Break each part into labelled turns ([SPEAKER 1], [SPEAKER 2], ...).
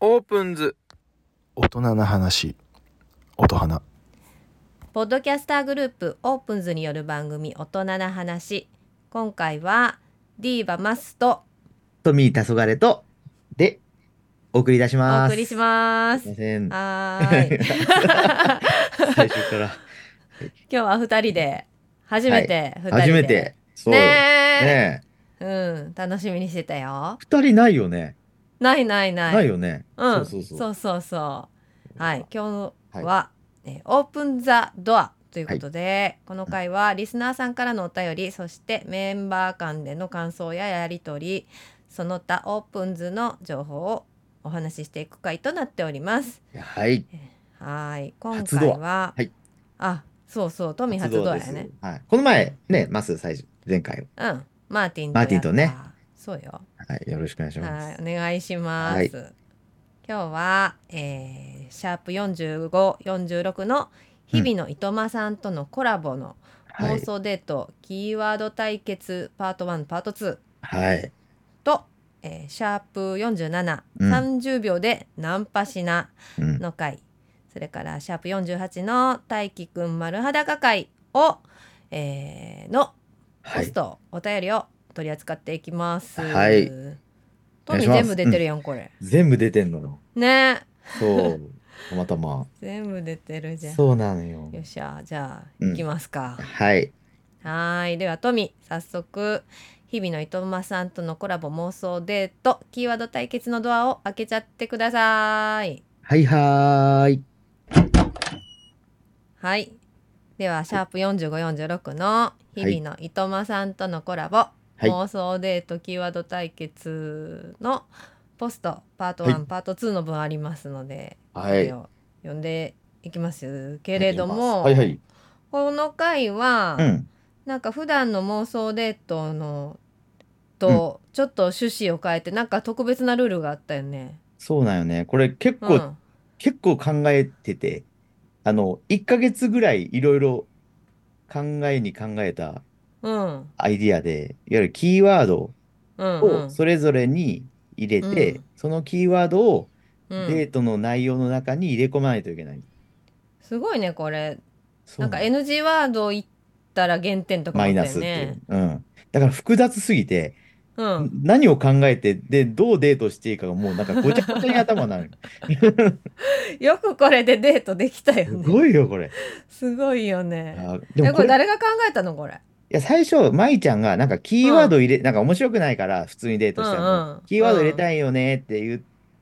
[SPEAKER 1] オープンズ
[SPEAKER 2] 大人な話音花
[SPEAKER 3] ポッドキャスターグループオープンズによる番組大人な話今回はディーバマスと
[SPEAKER 4] トミー・タソガレと、で、お送りいたし
[SPEAKER 3] お
[SPEAKER 4] ます。
[SPEAKER 3] 送りしますす
[SPEAKER 4] いません。
[SPEAKER 3] は ーい
[SPEAKER 4] 最初から。
[SPEAKER 3] 今日は二人で初めて 二人で、
[SPEAKER 4] 初めて。そう。
[SPEAKER 3] ねえ
[SPEAKER 4] ねえ
[SPEAKER 3] うん楽しみにしてたよ
[SPEAKER 4] 二人ないよね。
[SPEAKER 3] ないないない
[SPEAKER 4] ないよね。
[SPEAKER 3] うん
[SPEAKER 4] そうそう
[SPEAKER 3] そ
[SPEAKER 4] そう。
[SPEAKER 3] うそうそうはい今日は、えーオープンザドアということで、この回はリスナーさんからのお便りそしてメンバー間での感想ややり取りその他オープンズの情報をお話ししていく回となっております
[SPEAKER 4] はい。
[SPEAKER 3] はい今
[SPEAKER 4] 初ド
[SPEAKER 3] 回は、
[SPEAKER 4] はい
[SPEAKER 3] あそうそうトミー初ドアや
[SPEAKER 4] 初ドア
[SPEAKER 3] ね
[SPEAKER 4] です。はい。この前、ね、まず最初、前回。
[SPEAKER 3] うんマーティン
[SPEAKER 4] マーティンとね
[SPEAKER 3] やったそうよ
[SPEAKER 4] はい。よろしくお願いしま
[SPEAKER 3] はい、
[SPEAKER 4] す。
[SPEAKER 3] お願いします。
[SPEAKER 4] はい
[SPEAKER 3] 今日は、えーシャープ45、46の日々のいとまさんとのコラボの
[SPEAKER 4] はい
[SPEAKER 3] 妄。想デート、キーワード対決パート1、パート2
[SPEAKER 4] はい。
[SPEAKER 3] と、えーシャープ47、
[SPEAKER 4] うん
[SPEAKER 3] 30秒でナンパしな
[SPEAKER 4] うん。
[SPEAKER 3] の回、それからシャープ48の大輝くん丸裸会を、えーの
[SPEAKER 4] は
[SPEAKER 3] ポス
[SPEAKER 4] い。
[SPEAKER 3] ト、お便りを取り扱っていきます。
[SPEAKER 4] はい
[SPEAKER 3] トミー
[SPEAKER 4] お願い
[SPEAKER 3] 全
[SPEAKER 4] します
[SPEAKER 3] 部出てるやん、これ。
[SPEAKER 4] 全部出てんのよ。
[SPEAKER 3] ね
[SPEAKER 4] そう。 たまたま。
[SPEAKER 3] 全部出てるじゃん。
[SPEAKER 4] そうなのよ。
[SPEAKER 3] よっしゃ、じゃあ、
[SPEAKER 4] うん
[SPEAKER 3] 行きますか。
[SPEAKER 4] はい。
[SPEAKER 3] はーい、では、トミ、早速。日々のいとまさんとのコラボ妄想デート、キーワード対決のドアを開けちゃってください。
[SPEAKER 4] はいはーい。
[SPEAKER 3] はい。では、シャープ45、46の日々のいとまさんとのコラボ、
[SPEAKER 4] い
[SPEAKER 3] 妄想デートキーワード対決のポストパート1、
[SPEAKER 4] はい
[SPEAKER 3] パート2の分ありますので、
[SPEAKER 4] はい
[SPEAKER 3] これを読んでいきますけれども、
[SPEAKER 4] はいはい。
[SPEAKER 3] この回は、
[SPEAKER 4] うん。
[SPEAKER 3] なんか普段の妄想デートのとちょっと趣旨を変えて、なんか特別なルールがあったよね。
[SPEAKER 4] そうなんよね。これ結
[SPEAKER 3] う
[SPEAKER 4] 構
[SPEAKER 3] ん、
[SPEAKER 4] 結構考えてて、あの、1ヶ月ぐらいいろいろ考えに考えた
[SPEAKER 3] うん、
[SPEAKER 4] アイディアで、いわゆるキーワード
[SPEAKER 3] うん、
[SPEAKER 4] をそれぞれに入れて、
[SPEAKER 3] うん
[SPEAKER 4] そのキーワードを
[SPEAKER 3] うん、う
[SPEAKER 4] デ
[SPEAKER 3] ん
[SPEAKER 4] ートの内容の中に入れ込まないといけない。
[SPEAKER 3] すごいねこれ。
[SPEAKER 4] そう
[SPEAKER 3] なんか
[SPEAKER 4] の
[SPEAKER 3] NG ワード言ったら減点とかも
[SPEAKER 4] マ
[SPEAKER 3] あっ
[SPEAKER 4] イ
[SPEAKER 3] た
[SPEAKER 4] ナ
[SPEAKER 3] よ
[SPEAKER 4] スっていう
[SPEAKER 3] ね。
[SPEAKER 4] うん。だから複雑すぎて、
[SPEAKER 3] うん、
[SPEAKER 4] 何を考えて、で、どうデートしていいかがもうなんかごちゃごちゃに頭 になる。
[SPEAKER 3] よくこれでデートできたよ
[SPEAKER 4] す
[SPEAKER 3] ね。
[SPEAKER 4] ごいよ、これ。
[SPEAKER 3] すごいよね。
[SPEAKER 4] あで
[SPEAKER 3] え
[SPEAKER 4] も
[SPEAKER 3] こ
[SPEAKER 4] こ
[SPEAKER 3] れ
[SPEAKER 4] れ、
[SPEAKER 3] 誰が考えたのこれ。
[SPEAKER 4] いや、最初、舞ちゃんが、なんか、キーワード入れ、なんか面白くないから、普通にデートした
[SPEAKER 3] うんうん
[SPEAKER 4] の。キーワード入れたいよねって言っ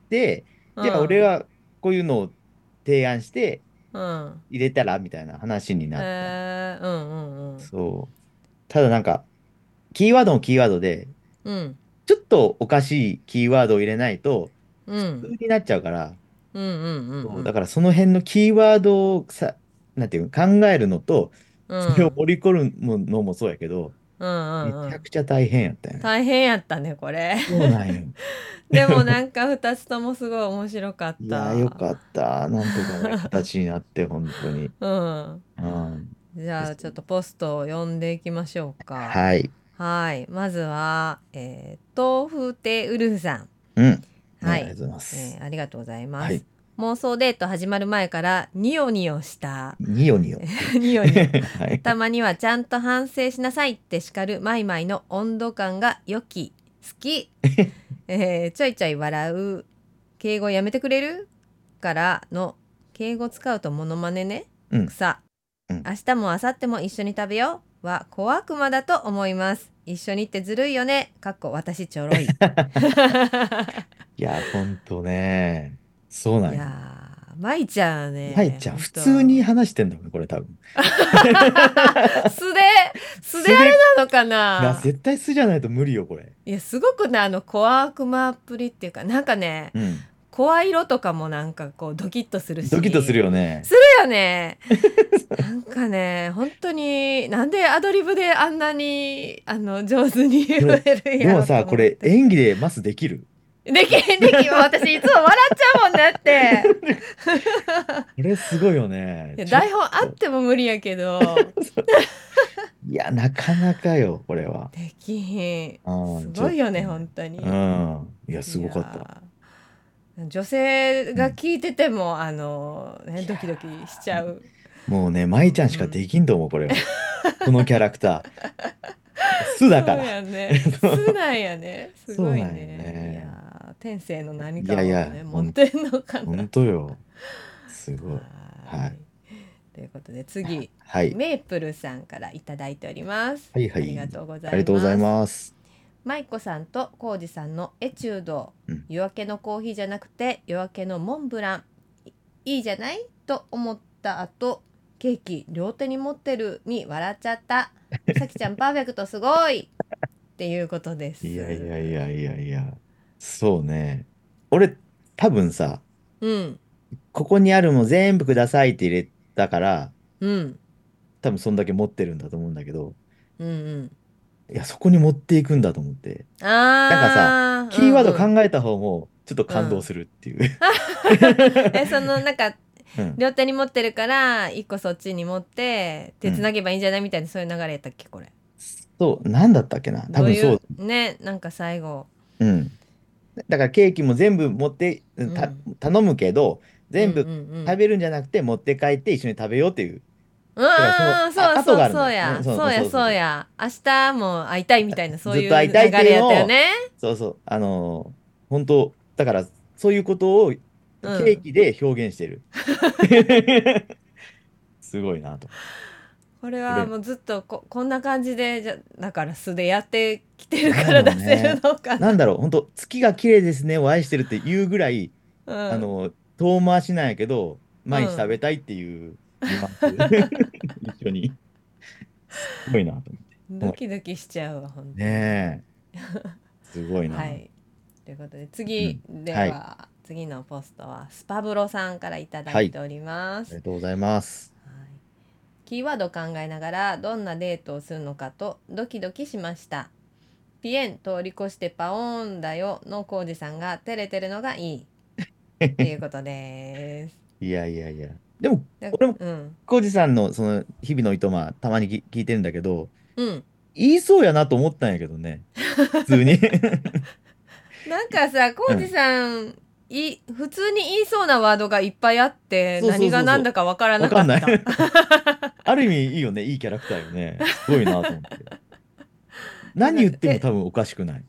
[SPEAKER 4] て、じゃあ、俺
[SPEAKER 3] は。
[SPEAKER 4] はこういうのを提案して、
[SPEAKER 3] うん。
[SPEAKER 4] 入れたらみたいな話になっ
[SPEAKER 3] えー、うんうんうん
[SPEAKER 4] た。そう。ただ、なんか、キーワードもキーワードで、
[SPEAKER 3] うん
[SPEAKER 4] ちょっとおかしいキーワードを入れないと、
[SPEAKER 3] う
[SPEAKER 4] 普
[SPEAKER 3] ん
[SPEAKER 4] 通になっちゃうから、
[SPEAKER 3] うんうんうん
[SPEAKER 4] そう
[SPEAKER 3] うん。
[SPEAKER 4] だから、その辺のキーワードをさ、なんていうの、考えるのと、
[SPEAKER 3] うん
[SPEAKER 4] それを盛り込むのもそうやけど、
[SPEAKER 3] うんうんう
[SPEAKER 4] めちゃ
[SPEAKER 3] ん
[SPEAKER 4] くちゃ大変やったよね。
[SPEAKER 3] 大変やったねこれ
[SPEAKER 4] そうなんよ。
[SPEAKER 3] でもなんか2つともすごい面白かっ
[SPEAKER 4] いや
[SPEAKER 3] た
[SPEAKER 4] ーよかった。なんとかね、形になって、本当に。
[SPEAKER 3] うん
[SPEAKER 4] うん。
[SPEAKER 3] じゃあちょっとポストを読んでいきましょうかはい
[SPEAKER 4] はい。
[SPEAKER 3] まずは、えー、豆腐亭ウルフさん
[SPEAKER 4] うん。
[SPEAKER 3] は
[SPEAKER 4] ありがと
[SPEAKER 3] い
[SPEAKER 4] うご、ざいま
[SPEAKER 3] え
[SPEAKER 4] す。
[SPEAKER 3] ーありがとうございます、
[SPEAKER 4] はい
[SPEAKER 3] 妄想デート始まる前からニヨニヨした
[SPEAKER 4] ニヨニヨ。
[SPEAKER 3] ニヨニヨ
[SPEAKER 4] はい。
[SPEAKER 3] たまにはちゃんと反省しなさいって叱るマイマイの温度感が良き好 き、えーちょいちょい笑う敬語やめてくれるからの敬語使うとモノマネね、
[SPEAKER 4] うん
[SPEAKER 3] 草、
[SPEAKER 4] うん
[SPEAKER 3] 明日も明後日も一緒に食べようは小悪魔だと思います一緒にってずるいよねかっこ私ちょ ろいい
[SPEAKER 4] いや、本当ね。そうなんよ。
[SPEAKER 3] やー舞ちゃんね
[SPEAKER 4] はい、じゃあ、普通に
[SPEAKER 3] 本
[SPEAKER 4] 話してんだもん、これ多分。
[SPEAKER 3] 当素で素であれなのか
[SPEAKER 4] いや
[SPEAKER 3] な
[SPEAKER 4] 絶対素じゃないと無理よ、これ。
[SPEAKER 3] いやすごくねあの小悪魔っぷりっていうかなんかね
[SPEAKER 4] うん。
[SPEAKER 3] 声色とかもなんかこうドキッとするし
[SPEAKER 4] ドキッとする
[SPEAKER 3] よ
[SPEAKER 4] よね。
[SPEAKER 3] よねなんかね本当になんでアドリブであんなにあの上手に言えるん
[SPEAKER 4] で
[SPEAKER 3] やろ
[SPEAKER 4] もさ、
[SPEAKER 3] と思って
[SPEAKER 4] これ、演技でマスできる
[SPEAKER 3] でき へんできへん私いつも笑っちゃうもんだって
[SPEAKER 4] これすごいよね
[SPEAKER 3] い。や
[SPEAKER 4] ちょ
[SPEAKER 3] 台本あっても無理やけ ど
[SPEAKER 4] いや、なかなかよ、これは。
[SPEAKER 3] できへん
[SPEAKER 4] うん
[SPEAKER 3] すごいよね
[SPEAKER 4] ちょっ
[SPEAKER 3] 本当に
[SPEAKER 4] とうん。いや、すごかった。
[SPEAKER 3] た女性が聞いてても、あのねドキドキしちゃう
[SPEAKER 4] もうね、舞ちゃんしかできんと思う、これは。このキャラク ター。素だか
[SPEAKER 3] そう
[SPEAKER 4] ら。
[SPEAKER 3] やね 素なんやねすごい
[SPEAKER 4] そう
[SPEAKER 3] ね
[SPEAKER 4] なんや
[SPEAKER 3] い
[SPEAKER 4] ね
[SPEAKER 3] やー天性の何かをね
[SPEAKER 4] いやいや
[SPEAKER 3] 持ってんのかな
[SPEAKER 4] 本当よ。すごい。
[SPEAKER 3] は
[SPEAKER 4] はいい
[SPEAKER 3] ということで次
[SPEAKER 4] はい。
[SPEAKER 3] メープルさんからいただいております、
[SPEAKER 4] はいはい
[SPEAKER 3] ありがとうございます
[SPEAKER 4] ありがとうございます。
[SPEAKER 3] 舞子さんと浩二さんのエチュード、
[SPEAKER 4] うん
[SPEAKER 3] 夜明けのコーヒーじゃなくて夜明けのモンブランいいいじゃないと思った後ケーキ両手に持ってるに笑っちゃった さきちゃんパーフェクトすごいっていうことです
[SPEAKER 4] いやいやいやいやいや。そうね。俺、多分さ、
[SPEAKER 3] うん
[SPEAKER 4] ここにあるもん全部くださいって入れたから、
[SPEAKER 3] うん
[SPEAKER 4] 多分そんだけ持ってるんだと思うんだけど、
[SPEAKER 3] うんうん
[SPEAKER 4] いや、そこに持っていくんだと思って。
[SPEAKER 3] あなん
[SPEAKER 4] キーワード考えた方も、ちょっと感動するっていう。
[SPEAKER 3] えそのなんか
[SPEAKER 4] うん
[SPEAKER 3] 両手に持ってるから一個そっちに持って手つなげばいいんじゃないみたいな、そういう流れやったっけこれ
[SPEAKER 4] そう、なんだったっけな。多分そう。
[SPEAKER 3] どいねなんか最後
[SPEAKER 4] うん。だからケーキも全部持って、
[SPEAKER 3] うん
[SPEAKER 4] た頼むけど、全
[SPEAKER 3] う
[SPEAKER 4] 部
[SPEAKER 3] んうんうん
[SPEAKER 4] 食べるんじゃなくて持って帰って一緒に食べようっていう。
[SPEAKER 3] うんうんうん
[SPEAKER 4] だ
[SPEAKER 3] そう
[SPEAKER 4] からそ
[SPEAKER 3] そ
[SPEAKER 4] のあ
[SPEAKER 3] う
[SPEAKER 4] 後
[SPEAKER 3] そう
[SPEAKER 4] があ
[SPEAKER 3] や
[SPEAKER 4] るんだよねそう
[SPEAKER 3] そうや
[SPEAKER 4] そうそう
[SPEAKER 3] そうや明日も会いたいみたいなそういう流
[SPEAKER 4] ずっと会いた
[SPEAKER 3] れ
[SPEAKER 4] いっていう
[SPEAKER 3] や
[SPEAKER 4] の
[SPEAKER 3] っ
[SPEAKER 4] を
[SPEAKER 3] たよね
[SPEAKER 4] そうそう。あのー本当だからそういうことをケ
[SPEAKER 3] うん
[SPEAKER 4] ーキで表現し てる。すごいなと。
[SPEAKER 3] これはもうずっとここんな感じでじゃだから素でやってきてるか
[SPEAKER 4] な
[SPEAKER 3] ら
[SPEAKER 4] んだ
[SPEAKER 3] 出
[SPEAKER 4] ろうね
[SPEAKER 3] せるのかな
[SPEAKER 4] なんだろう、本当月が綺麗ですねを愛してるっていうぐらい、
[SPEAKER 3] うん
[SPEAKER 4] あのー遠回しなんやけど、毎日食べたいっていうニュアンス 一緒に。すごいなと思って。
[SPEAKER 3] ドキドキしちゃうわほんと
[SPEAKER 4] ねえ。すごいな。
[SPEAKER 3] はい。ということで次では、
[SPEAKER 4] はい
[SPEAKER 3] 次のポストはスパブロさんからいただいておりま
[SPEAKER 4] あ
[SPEAKER 3] す。
[SPEAKER 4] りがとうございます。
[SPEAKER 3] はいキーワードを考えながらどんなデートをするのかとドキドキしました。ピエン通り越してパオーンだよのコウジさんが照れてるのがいいっていうことです。
[SPEAKER 4] いやいやいや。でも、
[SPEAKER 3] だ
[SPEAKER 4] 俺も
[SPEAKER 3] うん
[SPEAKER 4] 浩二さんのその日々のいとま、たまにき聞いてるんだけど、
[SPEAKER 3] うん、
[SPEAKER 4] 言いそうやなと思ったんやけどね。普 通に。
[SPEAKER 3] なんかさコウジさん、い普通に言いそうなワードがいっぱいあって
[SPEAKER 4] そうそうそうそ
[SPEAKER 3] 何
[SPEAKER 4] う
[SPEAKER 3] が何だかわからな
[SPEAKER 4] わ
[SPEAKER 3] か
[SPEAKER 4] か
[SPEAKER 3] っ
[SPEAKER 4] んない
[SPEAKER 3] た。。
[SPEAKER 4] ある意味いいよね。いいキャラクターよね。すごいなと思って。何言っても多分おかしくない。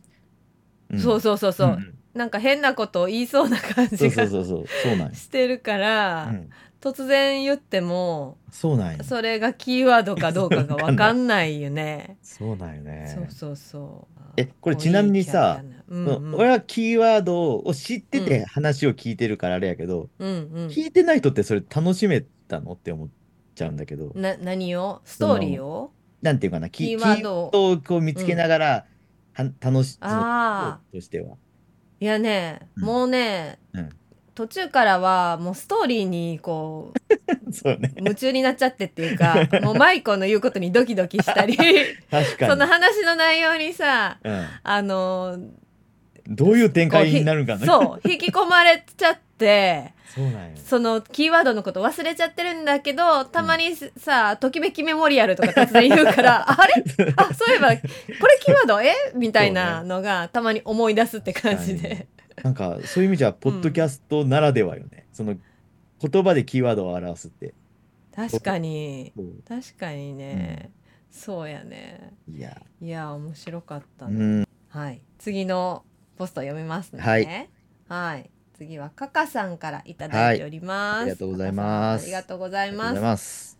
[SPEAKER 4] ん
[SPEAKER 3] そうそうそうそう、
[SPEAKER 4] んん
[SPEAKER 3] なんか変なことを言いそうな感
[SPEAKER 4] そ
[SPEAKER 3] じ
[SPEAKER 4] うそ
[SPEAKER 3] が
[SPEAKER 4] うそうそう。そうなんや
[SPEAKER 3] してるから、
[SPEAKER 4] うん
[SPEAKER 3] 突然言っても
[SPEAKER 4] そうなんや。
[SPEAKER 3] それがキーワードかどうかがわかんないよ ね。
[SPEAKER 4] そうなんよね。
[SPEAKER 3] そうそうそう。
[SPEAKER 4] えこれちなみにさ
[SPEAKER 3] う
[SPEAKER 4] うんん
[SPEAKER 3] うん、
[SPEAKER 4] 俺はキーワードを知って
[SPEAKER 3] う
[SPEAKER 4] て話を聞いてるからあれやけど、
[SPEAKER 3] うん
[SPEAKER 4] 聞いてない人ってそれ楽しめたのって思っちゃうんだけど、
[SPEAKER 3] うん、な何をストーリーを
[SPEAKER 4] なんていうかなキ
[SPEAKER 3] キーワードを
[SPEAKER 4] キーワードをこう見つけながら、は楽しその
[SPEAKER 3] ああ
[SPEAKER 4] としては。
[SPEAKER 3] いやね、
[SPEAKER 4] うん
[SPEAKER 3] もうね、
[SPEAKER 4] うん
[SPEAKER 3] 途中からはもうストーリーにこう
[SPEAKER 4] そうね。
[SPEAKER 3] 夢中になっちゃってっていう かもうマイコの言うことにドキドキしたり
[SPEAKER 4] 確かに。
[SPEAKER 3] その話の内容にさ
[SPEAKER 4] う
[SPEAKER 3] あの
[SPEAKER 4] ん、どういう展開になるんかな。
[SPEAKER 3] そう引き込まれちゃって
[SPEAKER 4] そうなんよ。
[SPEAKER 3] そのキーワードのこと忘れちゃってるんだけどたまにさ「ときめきメモリアル」とか突然言うから あれあ そういえばこれキーワードえみたいなのがたまに思い出すって感じで。
[SPEAKER 4] なんかそういう意味じゃポッドキャストならではよね。その言葉でキーワードを表すって。
[SPEAKER 3] 確かに
[SPEAKER 4] そう
[SPEAKER 3] 確かにね、そうやね
[SPEAKER 4] いや、
[SPEAKER 3] いや面白かった
[SPEAKER 4] う
[SPEAKER 3] ね、
[SPEAKER 4] ん、
[SPEAKER 3] はい次のポスト読みますね
[SPEAKER 4] はい、
[SPEAKER 3] はい次はカカさんからいただいております、
[SPEAKER 4] はいありがとうございま
[SPEAKER 3] カカ
[SPEAKER 4] す
[SPEAKER 3] さんありがとうござ
[SPEAKER 4] あ
[SPEAKER 3] い
[SPEAKER 4] りがとう
[SPEAKER 3] ます
[SPEAKER 4] ございます。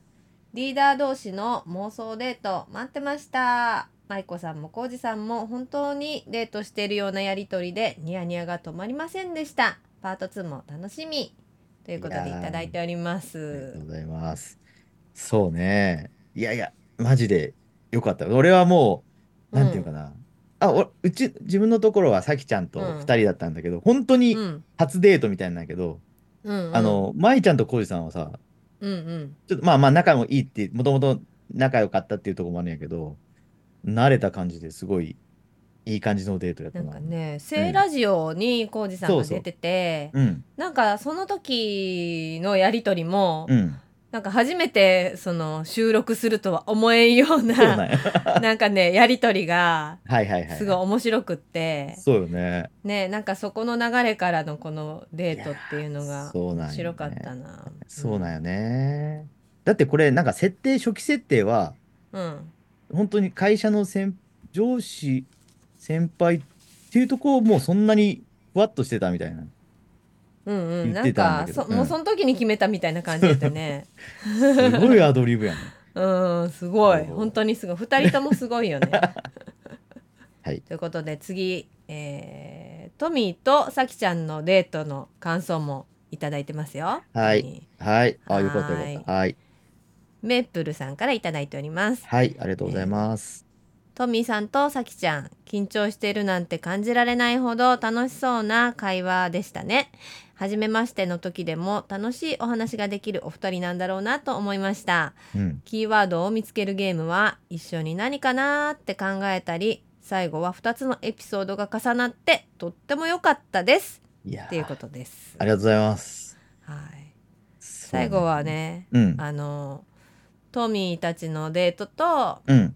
[SPEAKER 3] リーダー同士の妄想デート待ってました。舞子さんも浩二さんも本当にデートしているようなやりとりでニヤニヤが止まりませんでした。パート2も楽しみということでい
[SPEAKER 4] いやー
[SPEAKER 3] ただいておりま
[SPEAKER 4] ありがと
[SPEAKER 3] す
[SPEAKER 4] う。ございます。そうね。いやいや、マジでよかった。俺はもう、なんていうかな。あおうち自分のところはさきちゃんと
[SPEAKER 3] うん
[SPEAKER 4] 2人だったんだけど、本当に
[SPEAKER 3] うん、
[SPEAKER 4] 初デートみたいなんだけど、
[SPEAKER 3] うん、うん
[SPEAKER 4] あ、の舞ちゃんと浩二さんはさ
[SPEAKER 3] うんうん、
[SPEAKER 4] ちょっとまあまあ仲もいいってもともと仲良かったっていうところもあるんやけど慣れた感じですごいいい感じのデートやっ
[SPEAKER 3] な
[SPEAKER 4] た
[SPEAKER 3] ん
[SPEAKER 4] な
[SPEAKER 3] かね、聖ラジオに浩二さんが出てて、
[SPEAKER 4] うん
[SPEAKER 3] なんかその時のやりとりも、
[SPEAKER 4] うん
[SPEAKER 3] なんか初めてその収録するとは思えんよう
[SPEAKER 4] そうな
[SPEAKER 3] なん
[SPEAKER 4] や。
[SPEAKER 3] なんかねやり取りが
[SPEAKER 4] はいはいはい。
[SPEAKER 3] すごい面白くって、
[SPEAKER 4] そうよね。
[SPEAKER 3] ねなんかそこの流れからのこのデートっていうのが
[SPEAKER 4] そうなんよ
[SPEAKER 3] 面
[SPEAKER 4] ね
[SPEAKER 3] 白かったな。
[SPEAKER 4] そうなんよね。だってこれ、なんか設定、初期設定は、
[SPEAKER 3] うん
[SPEAKER 4] 本当に会社の先上司、先輩っていうとこもうそんなにふわっとしてたみたいな。
[SPEAKER 3] うんうん、
[SPEAKER 4] 言
[SPEAKER 3] な
[SPEAKER 4] っ
[SPEAKER 3] ん
[SPEAKER 4] てた
[SPEAKER 3] か
[SPEAKER 4] んだけど
[SPEAKER 3] そ、
[SPEAKER 4] うん
[SPEAKER 3] もうその時に決めたみたいな感じだった ね。
[SPEAKER 4] すごいアドリブや ね。
[SPEAKER 3] うん、すごい。
[SPEAKER 4] そう
[SPEAKER 3] 本当にすごい。二人ともすごいよね。
[SPEAKER 4] はい
[SPEAKER 3] ということで次、えートミーとさきちゃんのデートの感想もいただいてますよ。
[SPEAKER 4] はい
[SPEAKER 3] トミー。
[SPEAKER 4] はい。あ、よかったよかった。はい。
[SPEAKER 3] メープルさんからいただいております。
[SPEAKER 4] はい。ありがとうございます。
[SPEAKER 3] トミーさんとさきちゃん、緊張しているなんて感じられないほど楽しそうな会話でしたね。初めましての時でも楽しいお話ができるお二人なんだろうなと思いました。
[SPEAKER 4] うん。
[SPEAKER 3] キーワードを見つけるゲームは一緒に何かなーって考えたり最後は2つのエピソードが重なってとっても良かったです
[SPEAKER 4] いやー
[SPEAKER 3] っていうことです。
[SPEAKER 4] ありがとうございます。
[SPEAKER 3] はい、
[SPEAKER 4] そうね
[SPEAKER 3] 最後は。ね
[SPEAKER 4] うん。
[SPEAKER 3] あのトミーたちのデートと
[SPEAKER 4] うん。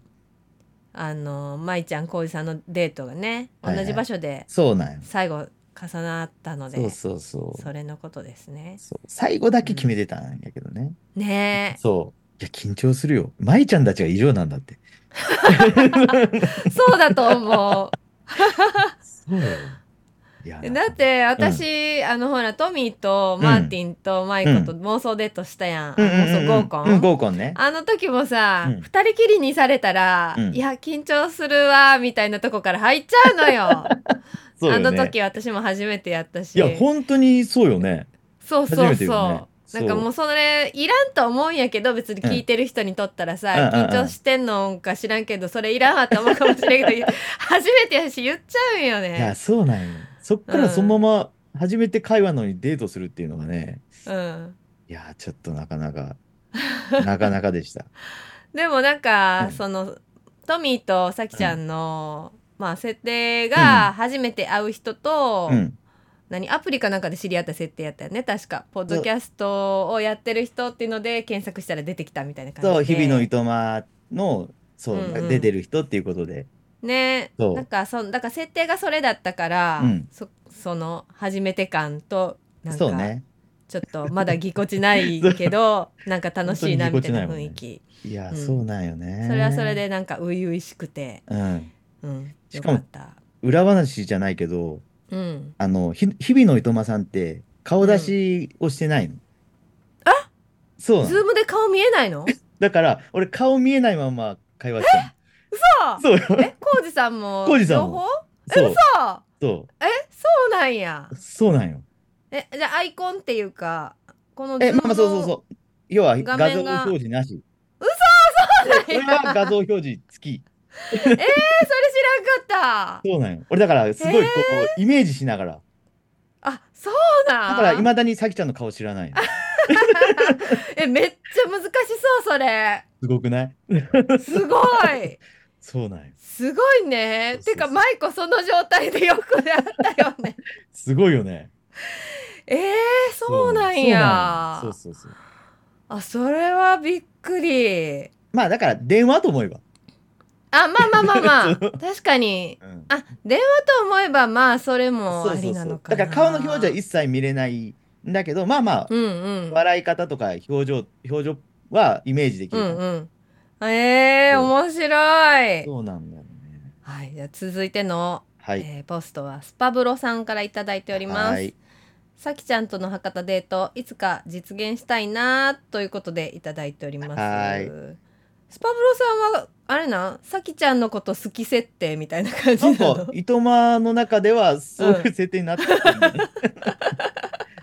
[SPEAKER 3] あの舞ちゃん浩二さんのデートがね
[SPEAKER 4] は
[SPEAKER 3] 同
[SPEAKER 4] いはい
[SPEAKER 3] じ場所で
[SPEAKER 4] そうなんよ。
[SPEAKER 3] 最後重なったので、
[SPEAKER 4] そうそうそう。
[SPEAKER 3] それのことですね。
[SPEAKER 4] そう最後だけ決めてたんやけどね。
[SPEAKER 3] ね
[SPEAKER 4] そう。いや、緊張するよ。舞ちゃんたちが異常なん だって。
[SPEAKER 3] えそうだと思う。
[SPEAKER 4] そうよ。い や、
[SPEAKER 3] だって私、あのほらトミーとマーティンとマイコと妄想デートしたやん、
[SPEAKER 4] うんうんうん
[SPEAKER 3] 妄想合コン、
[SPEAKER 4] うん、合コンね。
[SPEAKER 3] あの時もさ、
[SPEAKER 4] うん
[SPEAKER 3] 二人きりにされたら、
[SPEAKER 4] うん
[SPEAKER 3] いや緊張するわみたいなとこから入っちゃうのよ
[SPEAKER 4] そうよ
[SPEAKER 3] あ
[SPEAKER 4] ね
[SPEAKER 3] の時私も初めてやったし
[SPEAKER 4] いや、本当にそうよね。
[SPEAKER 3] そうそう
[SPEAKER 4] 初めて
[SPEAKER 3] そう、
[SPEAKER 4] よね
[SPEAKER 3] なんかもうそれいらんと思うんやけど別に聞いてる人にとったらさ、
[SPEAKER 4] うんうんうんう
[SPEAKER 3] 緊
[SPEAKER 4] ん
[SPEAKER 3] 張してんのか知らんけどそれいらんわって思うかもしれんけど 初めてやし言っちゃうんよ
[SPEAKER 4] いや、
[SPEAKER 3] ね。
[SPEAKER 4] そうなんよ。そっからそのまま初めて会話のにデートするっていうのがね、
[SPEAKER 3] うん
[SPEAKER 4] いや、ちょっとなかな か、なかなかでした。
[SPEAKER 3] でもなんか、
[SPEAKER 4] うん
[SPEAKER 3] そのトミーとさきちゃんの、まあ設定が初めて会う人と、
[SPEAKER 4] うん。
[SPEAKER 3] 何アプリかなんかで知り合った設定やったよね確かポッドキャストをやってる人っていうので検索したら出てきたみたいな感じで
[SPEAKER 4] そう、日々のいとまの、そう、
[SPEAKER 3] うんうん
[SPEAKER 4] 出てる人っていうことで。
[SPEAKER 3] ね
[SPEAKER 4] そう
[SPEAKER 3] なんかそんだから設定がそれだったから、
[SPEAKER 4] うん
[SPEAKER 3] そその初めて感となん
[SPEAKER 4] そう
[SPEAKER 3] か
[SPEAKER 4] ね。
[SPEAKER 3] ちょっとまだぎこちないけどなんか楽しいなみたいな雰囲気、
[SPEAKER 4] いや、
[SPEAKER 3] うん
[SPEAKER 4] そうなんよね。
[SPEAKER 3] それはそれ。でなんか初々しくて、
[SPEAKER 4] うん。
[SPEAKER 3] うん、
[SPEAKER 4] し
[SPEAKER 3] よ
[SPEAKER 4] か
[SPEAKER 3] か
[SPEAKER 4] も
[SPEAKER 3] った。
[SPEAKER 4] 裏話じゃないけど、
[SPEAKER 3] うん
[SPEAKER 4] あの、ひ日々のいとまさんって顔出しをしてないの。
[SPEAKER 3] あ
[SPEAKER 4] そうなの
[SPEAKER 3] ズームで顔見えない の
[SPEAKER 4] だから、俺顔見えないまま会話して
[SPEAKER 3] 嘘
[SPEAKER 4] る。そうよ。
[SPEAKER 3] え、コウジさんも
[SPEAKER 4] 浩二さんも
[SPEAKER 3] 両方そ
[SPEAKER 4] そう。
[SPEAKER 3] う
[SPEAKER 4] そ
[SPEAKER 3] え、そうなんや
[SPEAKER 4] う。。そうなんよ。
[SPEAKER 3] え、じゃあアイコンっていうか、この
[SPEAKER 4] え、
[SPEAKER 3] ズーム
[SPEAKER 4] まあまあ、そうそう
[SPEAKER 3] の
[SPEAKER 4] そう。要は
[SPEAKER 3] 画
[SPEAKER 4] 画
[SPEAKER 3] 面
[SPEAKER 4] 像
[SPEAKER 3] が
[SPEAKER 4] 表示なし。
[SPEAKER 3] いや
[SPEAKER 4] 俺は画像表示付き。
[SPEAKER 3] えー、それ知らんかった。
[SPEAKER 4] そうなんよ。俺だから、すごいこう、イメージしながら。
[SPEAKER 3] あ、そうなん
[SPEAKER 4] だから、いまだにさきちゃんの顔知らないの。
[SPEAKER 3] え、めっちゃ難しそう、それ。
[SPEAKER 4] すごくない
[SPEAKER 3] すごい。
[SPEAKER 4] そうなんよ。
[SPEAKER 3] すごいね。
[SPEAKER 4] そうそうそ
[SPEAKER 3] て
[SPEAKER 4] う
[SPEAKER 3] か、マイコその状態でよくやったよ ね。
[SPEAKER 4] すごいよね。
[SPEAKER 3] えー、そうなんや
[SPEAKER 4] そうなんよ。そうそうそう。
[SPEAKER 3] あ、それはびっくり。
[SPEAKER 4] まあ、だから、電話と思えば。
[SPEAKER 3] あ、まあまあまあ まあ。
[SPEAKER 4] そう
[SPEAKER 3] 確かに。
[SPEAKER 4] うん
[SPEAKER 3] あ電話と思えばまあそれも
[SPEAKER 4] そ
[SPEAKER 3] あ
[SPEAKER 4] うそ
[SPEAKER 3] り
[SPEAKER 4] う
[SPEAKER 3] な
[SPEAKER 4] そ
[SPEAKER 3] の
[SPEAKER 4] う。
[SPEAKER 3] かな
[SPEAKER 4] だから、顔の表情は一切見れないんだけど、まあまあ、
[SPEAKER 3] うんうん
[SPEAKER 4] 笑い方とか表情、表情はイメージでき
[SPEAKER 3] う
[SPEAKER 4] るから。
[SPEAKER 3] んうんえー、
[SPEAKER 4] そう
[SPEAKER 3] 面白い
[SPEAKER 4] そうなんだよね。
[SPEAKER 3] はいじゃあ続いての、
[SPEAKER 4] はい。
[SPEAKER 3] えーポストはスパブロさんからいただいておりま
[SPEAKER 4] は
[SPEAKER 3] す
[SPEAKER 4] い
[SPEAKER 3] さきちゃんとの博多デートいつか実現したいなということでいただいております
[SPEAKER 4] はい
[SPEAKER 3] スパブロさんはあれなんさきちゃんのこと好き設定みたいな感じ
[SPEAKER 4] なん
[SPEAKER 3] な
[SPEAKER 4] か
[SPEAKER 3] の、
[SPEAKER 4] いとまの中では、そういう設定になってるんだね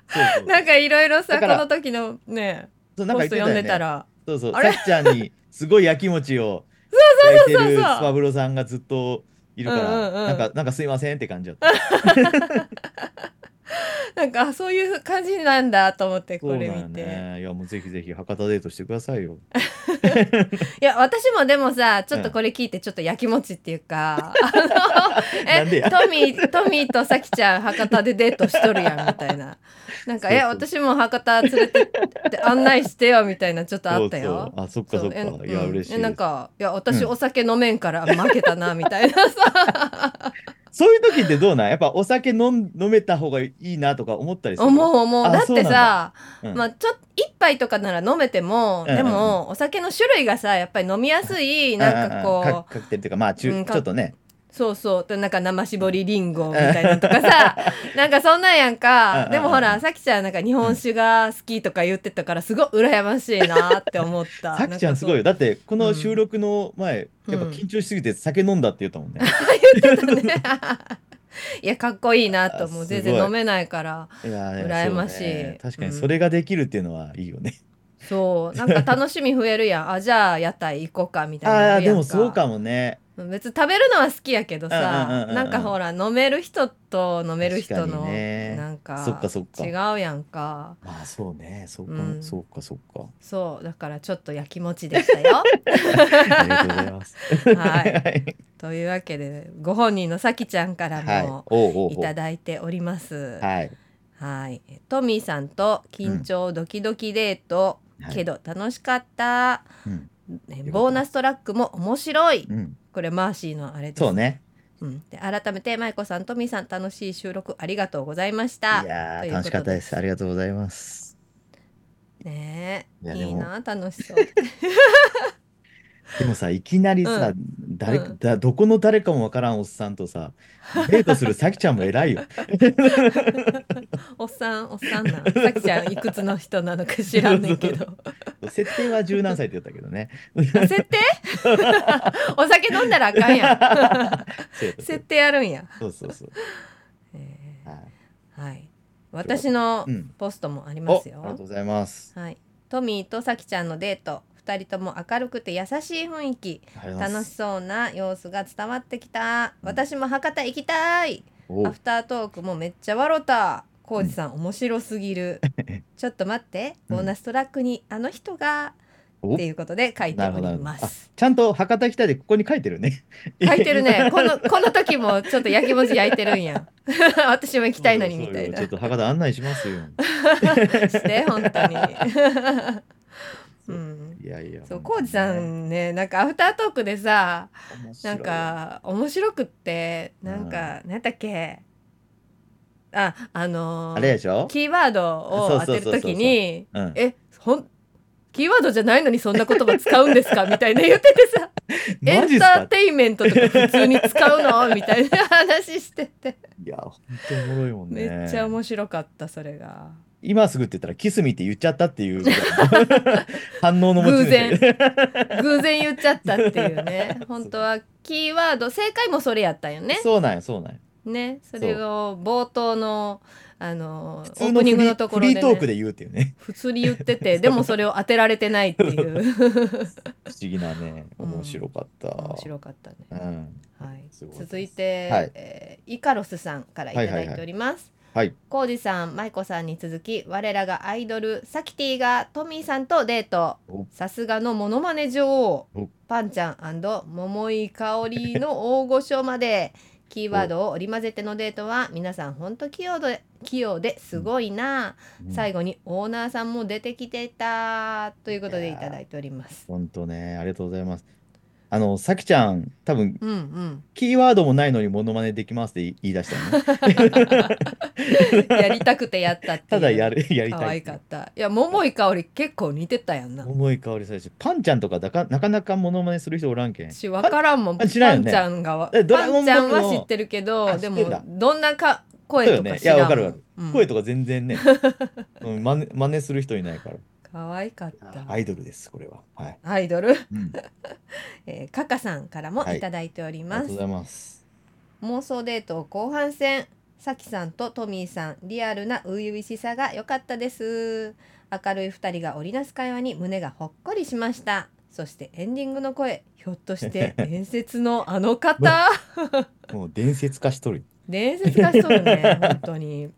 [SPEAKER 4] そうそ う
[SPEAKER 3] なんかいろいろさ
[SPEAKER 4] だか
[SPEAKER 3] こ
[SPEAKER 4] ら
[SPEAKER 3] の時のね
[SPEAKER 4] そうなん
[SPEAKER 3] ポ
[SPEAKER 4] か
[SPEAKER 3] ス
[SPEAKER 4] 言っ
[SPEAKER 3] ト読ん
[SPEAKER 4] てたよ
[SPEAKER 3] でた
[SPEAKER 4] ね。
[SPEAKER 3] ら
[SPEAKER 4] そうそう。
[SPEAKER 3] あれ
[SPEAKER 4] さっちゃんにすごいやきもちを焼いて
[SPEAKER 3] そうそうそうそう
[SPEAKER 4] るスパブロさんがずっといるか
[SPEAKER 3] うんうんうん
[SPEAKER 4] ら、なんかなんかすいませんって感じだった。
[SPEAKER 3] なんかそういう感じなんだと思ってこれ
[SPEAKER 4] そ
[SPEAKER 3] 見
[SPEAKER 4] うだよ
[SPEAKER 3] て、
[SPEAKER 4] ね。いや、もうぜひぜひ博多デートしてくださいよ。
[SPEAKER 3] いや私もでもさちょっとこれ聞いてちょっとやきもちっていう か、あ
[SPEAKER 4] な
[SPEAKER 3] の
[SPEAKER 4] んで
[SPEAKER 3] え
[SPEAKER 4] や
[SPEAKER 3] トミートミーとさきちゃん博多でデートしとるやんみたい ななんか
[SPEAKER 4] そうそう
[SPEAKER 3] え私も博多連れてって案内してよみたいなちょっとあったよ。
[SPEAKER 4] そうそうあ、そっかそっか。
[SPEAKER 3] え
[SPEAKER 4] いや、
[SPEAKER 3] うん
[SPEAKER 4] 嬉し
[SPEAKER 3] え
[SPEAKER 4] い。
[SPEAKER 3] なんかいや私
[SPEAKER 4] うん
[SPEAKER 3] お酒飲めんから負けたなみたい なさ
[SPEAKER 4] そういう時ってどうなんやっぱお酒飲ん飲めた方がいいなとか思ったりする。
[SPEAKER 3] 思う思う
[SPEAKER 4] あ
[SPEAKER 3] だっ
[SPEAKER 4] そうな
[SPEAKER 3] て
[SPEAKER 4] んだ
[SPEAKER 3] さ
[SPEAKER 4] うん
[SPEAKER 3] まあちょっと一杯とかなら飲めても、
[SPEAKER 4] うんうん
[SPEAKER 3] で
[SPEAKER 4] うん
[SPEAKER 3] もお酒の種類がさやっぱり飲みやすいなんかこう、
[SPEAKER 4] あああカクカクテルというか、まあ、ちゅ
[SPEAKER 3] うん
[SPEAKER 4] ちょっとね。
[SPEAKER 3] そうそうとなんか生搾りりんごみたいなとか さなんかそんなんやん
[SPEAKER 4] うんうん
[SPEAKER 3] か
[SPEAKER 4] うん
[SPEAKER 3] でもほらさきちゃんなんか日本酒が好きとか言ってたからすごい羨ましいなって思った
[SPEAKER 4] さきちゃんすごいよ。
[SPEAKER 3] なか
[SPEAKER 4] だって、この収録の前、
[SPEAKER 3] うん
[SPEAKER 4] やっぱ緊張しすぎて酒飲んだって言ったもんね。
[SPEAKER 3] そう いやかっこいいなと思う
[SPEAKER 4] あす
[SPEAKER 3] 全
[SPEAKER 4] ごい
[SPEAKER 3] 然飲めないから
[SPEAKER 4] いやー
[SPEAKER 3] 羨ましい
[SPEAKER 4] そうね確かに
[SPEAKER 3] うん
[SPEAKER 4] それができるっていうのはいいよね。
[SPEAKER 3] そうなんか楽しみ増えるやんあじゃあ屋台行こうかみたいにな
[SPEAKER 4] ああー、
[SPEAKER 3] るや
[SPEAKER 4] で
[SPEAKER 3] ん
[SPEAKER 4] もそうかもね。
[SPEAKER 3] 別に食べるのは好きやけどさ、
[SPEAKER 4] うんうんうんうん
[SPEAKER 3] なんかほら飲める人と飲める人
[SPEAKER 4] 確
[SPEAKER 3] の
[SPEAKER 4] かにね
[SPEAKER 3] なんか
[SPEAKER 4] そっかそっか
[SPEAKER 3] 違うやんか
[SPEAKER 4] まあそうね。そうか、
[SPEAKER 3] うん
[SPEAKER 4] そうか、そう か。
[SPEAKER 3] そうだからちょっとやきもちでしたよ。
[SPEAKER 4] ありがとうございます。
[SPEAKER 3] はい というわけでご本人のさきちゃんから
[SPEAKER 4] はい。
[SPEAKER 3] も
[SPEAKER 4] おうおうおう
[SPEAKER 3] いただいております。はい、
[SPEAKER 4] はい。
[SPEAKER 3] トミーさんと緊張ドキドキデート、
[SPEAKER 4] はい
[SPEAKER 3] けど楽しかった、
[SPEAKER 4] うん。
[SPEAKER 3] ねボーナストラックも面白い
[SPEAKER 4] うん。
[SPEAKER 3] これマーシーのあれです
[SPEAKER 4] そう、ね。
[SPEAKER 3] うん、で改めて舞子さんトミーさん楽しい収録ありがとうございまし
[SPEAKER 4] い
[SPEAKER 3] た
[SPEAKER 4] や
[SPEAKER 3] というこ
[SPEAKER 4] ー
[SPEAKER 3] と
[SPEAKER 4] 楽しかったです。ありがとうございます。
[SPEAKER 3] ねえ
[SPEAKER 4] いや
[SPEAKER 3] い
[SPEAKER 4] でも
[SPEAKER 3] いな楽し そう
[SPEAKER 4] でもさ、いきなりさ、
[SPEAKER 3] う
[SPEAKER 4] 誰
[SPEAKER 3] うん
[SPEAKER 4] だどこの誰かもわからんおっさんとさ、デートするさきちゃんも偉いよ。
[SPEAKER 3] おっさんおっさんなんさきちゃんいくつの人なのか知らんねんけど
[SPEAKER 4] 設定は十何歳って言ったけ どね。
[SPEAKER 3] 設定お酒飲んだらあかんやん
[SPEAKER 4] そうや った
[SPEAKER 3] 設定あるんや、
[SPEAKER 4] そうそうそう。
[SPEAKER 3] え
[SPEAKER 4] はい
[SPEAKER 3] ーはい私の
[SPEAKER 4] うん。
[SPEAKER 3] ポストもありま
[SPEAKER 4] おあ
[SPEAKER 3] す
[SPEAKER 4] り
[SPEAKER 3] よ
[SPEAKER 4] がとうございます。
[SPEAKER 3] はいトミーとさきちゃんのデート2人とも明るくて優しい雰囲気
[SPEAKER 4] ありがとうございま
[SPEAKER 3] 楽し
[SPEAKER 4] す。
[SPEAKER 3] そうな様子が伝わってきた私も博多行きたい
[SPEAKER 4] お
[SPEAKER 3] アフタートークもめっちゃ笑った浩二さん面白すぎる ちょっと待って
[SPEAKER 4] うん
[SPEAKER 3] ボーナストラックにあの人が
[SPEAKER 4] お
[SPEAKER 3] っていうことで書いております
[SPEAKER 4] ちゃんと博多北でここに書いてるね。
[SPEAKER 3] 書いてる ねこのこの時もちょっと焼き文字焼いてるんや私も行きたいのにみたいな
[SPEAKER 4] そうよちょっと博多案内しますよ。
[SPEAKER 3] して本当にうん
[SPEAKER 4] いやいや。
[SPEAKER 3] そう浩二
[SPEAKER 4] 本当に
[SPEAKER 3] さ
[SPEAKER 4] ね、
[SPEAKER 3] んねなんかアフタートークでさ
[SPEAKER 4] 面白
[SPEAKER 3] ないん、か面白くってなんか、なんだっけああのー
[SPEAKER 4] あれでしょ
[SPEAKER 3] キーワードを当てるときに
[SPEAKER 4] うん
[SPEAKER 3] 「えほんキーワードじゃないのにそんな言葉使うんですか?」みたいな言っててさ「エ
[SPEAKER 4] マジ
[SPEAKER 3] ン
[SPEAKER 4] っす
[SPEAKER 3] ター
[SPEAKER 4] か
[SPEAKER 3] テインメントとか普通に使うの?」みたいな話してて
[SPEAKER 4] いや、本当におもろいもん ね。
[SPEAKER 3] めっちゃ面白かったそれが。
[SPEAKER 4] 今すぐって言ったら、キスミって言っちゃったっていう 反応の持ち主。
[SPEAKER 3] 偶然偶然言っちゃったっていうね本当はキーワード正解もそれやったんよね
[SPEAKER 4] そうなんよ、そうなんよ。
[SPEAKER 3] ねそれを冒頭のあの
[SPEAKER 4] 普
[SPEAKER 3] オー
[SPEAKER 4] 通の
[SPEAKER 3] プ
[SPEAKER 4] フリ
[SPEAKER 3] ニング
[SPEAKER 4] ー
[SPEAKER 3] のところで、ね、
[SPEAKER 4] フリートークで言うっていうね。
[SPEAKER 3] 普通に言っててでもそれを当てられてないって いう
[SPEAKER 4] 不思議なね、
[SPEAKER 3] うん
[SPEAKER 4] 面白かった。
[SPEAKER 3] 面白かったね、
[SPEAKER 4] うん。
[SPEAKER 3] はい
[SPEAKER 4] すごいです
[SPEAKER 3] 続いて、
[SPEAKER 4] はい
[SPEAKER 3] えーイカロスさんからいただいております
[SPEAKER 4] はい。
[SPEAKER 3] コージさん舞子さんに続き我らがアイドルサキティがトミーさんとデート
[SPEAKER 4] お
[SPEAKER 3] さすがのモノマネ女王
[SPEAKER 4] お
[SPEAKER 3] パンちゃん桃井かおりの大御所までキーワードを織り交ぜてのデートは皆さんほんと器用で器用ですごいな、最
[SPEAKER 4] 後。
[SPEAKER 3] 後にオーナーさんも出てきてたということでいただいております。
[SPEAKER 4] 本当ね、ありがとうございます。あの、さきちゃん、多分
[SPEAKER 3] うんうん、
[SPEAKER 4] キーワードもないのにモノマネできますって言い出したのね。
[SPEAKER 3] やりたくてやったっていう
[SPEAKER 4] ただやる、 やり
[SPEAKER 3] 可
[SPEAKER 4] たい
[SPEAKER 3] 愛かったいや桃井かおり結構似てたやんな
[SPEAKER 4] 重い香り最初。パンちゃんとかだかなかなかモノマネする人おらんけん。
[SPEAKER 3] 私分からんもん、
[SPEAKER 4] あ知ら
[SPEAKER 3] パ
[SPEAKER 4] んよ
[SPEAKER 3] ン
[SPEAKER 4] ね
[SPEAKER 3] ちゃんがパ
[SPEAKER 4] え
[SPEAKER 3] ンち
[SPEAKER 4] ドラゴンボ
[SPEAKER 3] ゃ
[SPEAKER 4] ー
[SPEAKER 3] ん
[SPEAKER 4] ルの
[SPEAKER 3] は知ってるけど
[SPEAKER 4] あ
[SPEAKER 3] で
[SPEAKER 4] 知ってん
[SPEAKER 3] も
[SPEAKER 4] だ
[SPEAKER 3] どんなか声とか知
[SPEAKER 4] そうよねい
[SPEAKER 3] ら
[SPEAKER 4] やわ
[SPEAKER 3] んも
[SPEAKER 4] か
[SPEAKER 3] ん
[SPEAKER 4] るわかる
[SPEAKER 3] うん
[SPEAKER 4] 声とか全 然ね、うん、真似真似する人いないから。
[SPEAKER 3] 可愛かった
[SPEAKER 4] アイドルです、これは。はい。
[SPEAKER 3] アイドル、
[SPEAKER 4] うんあ
[SPEAKER 3] えー、カカさんからもいただいており
[SPEAKER 4] りが
[SPEAKER 3] ま
[SPEAKER 4] とう
[SPEAKER 3] す、
[SPEAKER 4] ございます。
[SPEAKER 3] 妄想デート後半戦さきさんとトミーさんリアルな初々しさが良かったです明るい二人が織りなす会話に胸がほっこりしましたそしてエンディングの声ひょっとして伝説のあの方
[SPEAKER 4] もう伝説化しとる。
[SPEAKER 3] 伝説化しとるね本当に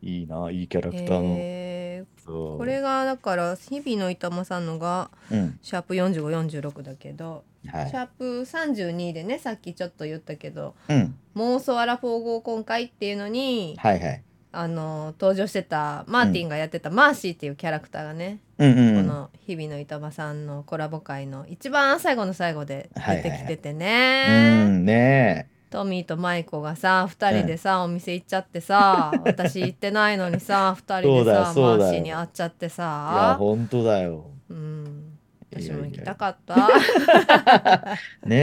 [SPEAKER 4] いいな、いいキャラクターの。
[SPEAKER 3] えー、
[SPEAKER 4] こ
[SPEAKER 3] これがだから日々の板間さんのが
[SPEAKER 4] うん、
[SPEAKER 3] シャープ4546だけど、
[SPEAKER 4] は
[SPEAKER 3] シ
[SPEAKER 4] い。
[SPEAKER 3] ャープ32でねさっきちょっと言ったけど
[SPEAKER 4] うん、
[SPEAKER 3] 妄想アラフォー合コン会っていうのに、
[SPEAKER 4] はいはい。
[SPEAKER 3] あの登場してたマーティンがやってたマーシーっていうキャラクターがね、
[SPEAKER 4] うんうんう
[SPEAKER 3] こ
[SPEAKER 4] ん。
[SPEAKER 3] の日々の板場さんのコラボ会の一番最後の最後で出てきててね、
[SPEAKER 4] うん、ね
[SPEAKER 3] トミーとマイコがさ2人でさ、お店行っちゃってさ私行ってないのに さ2人でさ
[SPEAKER 4] そ
[SPEAKER 3] マ
[SPEAKER 4] うだよそうだよ
[SPEAKER 3] ーシーに会っちゃって
[SPEAKER 4] え。いや、
[SPEAKER 3] さ、
[SPEAKER 4] 本当だよ。
[SPEAKER 3] うん、
[SPEAKER 4] い
[SPEAKER 3] 私
[SPEAKER 4] やい
[SPEAKER 3] も
[SPEAKER 4] や
[SPEAKER 3] 行きたかった。
[SPEAKER 4] ね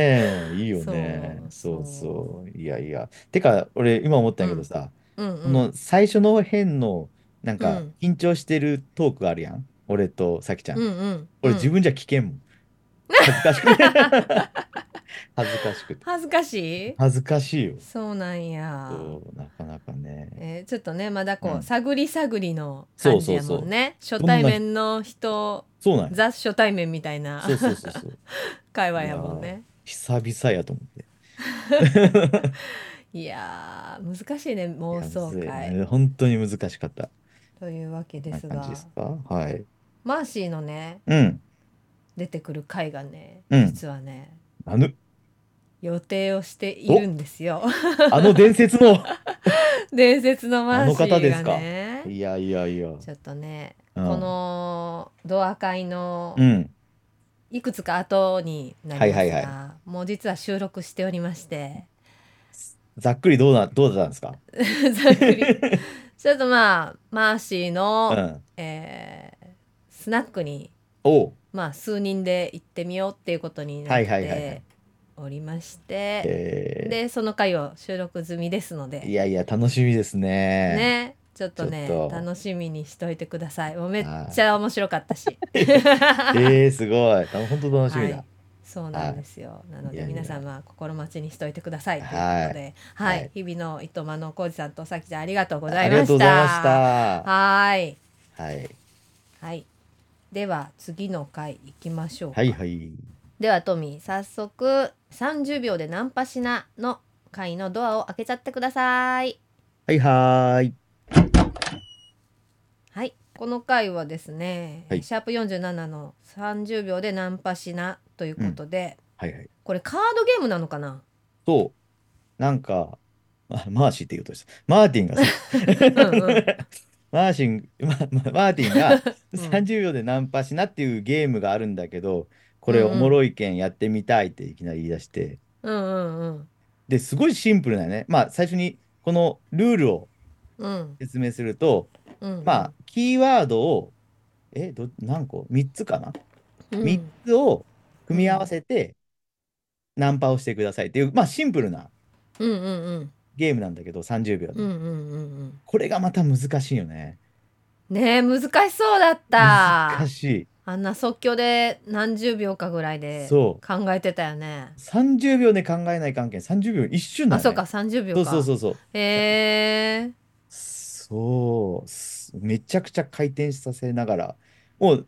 [SPEAKER 4] え、いいよね。
[SPEAKER 3] そ
[SPEAKER 4] そううそう。いやいや。てか、俺、今思ったんやけどさ、
[SPEAKER 3] うん
[SPEAKER 4] こ
[SPEAKER 3] うん
[SPEAKER 4] の最初の辺の、なん
[SPEAKER 3] う
[SPEAKER 4] か
[SPEAKER 3] ん、
[SPEAKER 4] 緊張してるトークあるやん。俺とさきちゃん。
[SPEAKER 3] うんうん
[SPEAKER 4] 俺、自分じゃ聞けんもん。恥ずかしくて。恥ずかしくて。
[SPEAKER 3] 恥ずかしい
[SPEAKER 4] 恥ずかしいよ。
[SPEAKER 3] そうなんや。
[SPEAKER 4] そう、なかなかね。
[SPEAKER 3] えーちょっとねまだこう、
[SPEAKER 4] うん
[SPEAKER 3] 探り探りの感じやもんね
[SPEAKER 4] うそう
[SPEAKER 3] 初対面の人
[SPEAKER 4] そうなんや。
[SPEAKER 3] ザ初対面みたいな
[SPEAKER 4] そうそうそうそう。
[SPEAKER 3] 会話やもんね
[SPEAKER 4] 久々やと 思って。
[SPEAKER 3] いやー難しいね妄想
[SPEAKER 4] いやむずい
[SPEAKER 3] 会
[SPEAKER 4] ね本当に難しかった。
[SPEAKER 3] というわけで
[SPEAKER 4] な
[SPEAKER 3] す
[SPEAKER 4] 感
[SPEAKER 3] が
[SPEAKER 4] じですかはい。
[SPEAKER 3] マーシーのね
[SPEAKER 4] うん。
[SPEAKER 3] 出てくる回がね、
[SPEAKER 4] うん
[SPEAKER 3] 実はね
[SPEAKER 4] あの、
[SPEAKER 3] 予定をしているんですよ
[SPEAKER 4] あの伝説の。
[SPEAKER 3] 伝説のマーシ
[SPEAKER 4] あの方で
[SPEAKER 3] ー
[SPEAKER 4] す
[SPEAKER 3] が
[SPEAKER 4] か
[SPEAKER 3] ね
[SPEAKER 4] いやいやいや。
[SPEAKER 3] ちょっとね、
[SPEAKER 4] うん
[SPEAKER 3] このドア会の
[SPEAKER 4] うん。
[SPEAKER 3] いくつか後になりますが、
[SPEAKER 4] はいはい
[SPEAKER 3] もう実は収録しておりまして
[SPEAKER 4] ざっくりどうな、どうだったんですか。
[SPEAKER 3] ざっくりちょっとまあマーシーの、
[SPEAKER 4] うん。
[SPEAKER 3] えースナックに、
[SPEAKER 4] おう。
[SPEAKER 3] まあ、数人で行ってみようっていうことになっ
[SPEAKER 4] はいはいはいはい
[SPEAKER 3] ておりまして、
[SPEAKER 4] え
[SPEAKER 3] でその回を収録済みですので
[SPEAKER 4] ー。いやいや、楽しみですね。
[SPEAKER 3] ねちょっとね
[SPEAKER 4] ちょっと
[SPEAKER 3] 楽しみにしといてくださいもうめっちゃ面白かったし
[SPEAKER 4] えー、すごい。あ本当楽しみ
[SPEAKER 3] は
[SPEAKER 4] だ
[SPEAKER 3] い。そうなんですよ、なの
[SPEAKER 4] い
[SPEAKER 3] で
[SPEAKER 4] やいや
[SPEAKER 3] 皆様心待ちにしといてくださいということではい、
[SPEAKER 4] はい
[SPEAKER 3] 日々のいとまのこうじさんとさきちゃんありがとうござ
[SPEAKER 4] あ
[SPEAKER 3] い
[SPEAKER 4] り
[SPEAKER 3] ま
[SPEAKER 4] がとう
[SPEAKER 3] し
[SPEAKER 4] ございま
[SPEAKER 3] た
[SPEAKER 4] し。た。
[SPEAKER 3] はい
[SPEAKER 4] はい。
[SPEAKER 3] はい。では次の回行きましょうか。
[SPEAKER 4] はいはい。
[SPEAKER 3] ではトミー早速30秒でナンパしなの回のドアを開けちゃってください。
[SPEAKER 4] はいはーい。
[SPEAKER 3] はい。この回はですね、
[SPEAKER 4] はい
[SPEAKER 3] シャープ47の30秒でナンパしなということで、
[SPEAKER 4] はいはい。
[SPEAKER 3] これカードゲームなのかな。
[SPEAKER 4] そう。なんか、あマーシーって言うとした。マーティンがさ、
[SPEAKER 3] うんうん
[SPEAKER 4] マーシン、ま、まマーティンが
[SPEAKER 3] うん
[SPEAKER 4] 30秒でナンパしなっていうゲームがあるんだけど、これ
[SPEAKER 3] うんうん
[SPEAKER 4] おもろいけんやってみたいっていきなり言い出して、
[SPEAKER 3] うんうんうん
[SPEAKER 4] で、すごいシンプルなね。まあ、最初にこのルールを
[SPEAKER 3] うん
[SPEAKER 4] 説明すると、
[SPEAKER 3] うん。
[SPEAKER 4] まあ、キーワードを、え、ど、何個 ?3 つかな
[SPEAKER 3] うん、
[SPEAKER 4] ?3 つを組み合わせてナンパをしてくださいっていう、まあ、シンプルな
[SPEAKER 3] うんうんうん
[SPEAKER 4] ゲームなんだけど、30秒
[SPEAKER 3] うんう
[SPEAKER 4] の。
[SPEAKER 3] んうん
[SPEAKER 4] これがまた難しいよね。
[SPEAKER 3] うん。ねえ難しそうだった。
[SPEAKER 4] 難しい。
[SPEAKER 3] あんな即興で何十秒かぐらいで
[SPEAKER 4] そ
[SPEAKER 3] 考
[SPEAKER 4] う
[SPEAKER 3] えてたよね。
[SPEAKER 4] 30秒で考えない関係、30秒一瞬だ
[SPEAKER 3] あ、
[SPEAKER 4] ね。
[SPEAKER 3] そうか、30秒
[SPEAKER 4] そう
[SPEAKER 3] か。
[SPEAKER 4] そうそうそう。
[SPEAKER 3] へえ。
[SPEAKER 4] そうすめちゃくちゃ回転させながらもう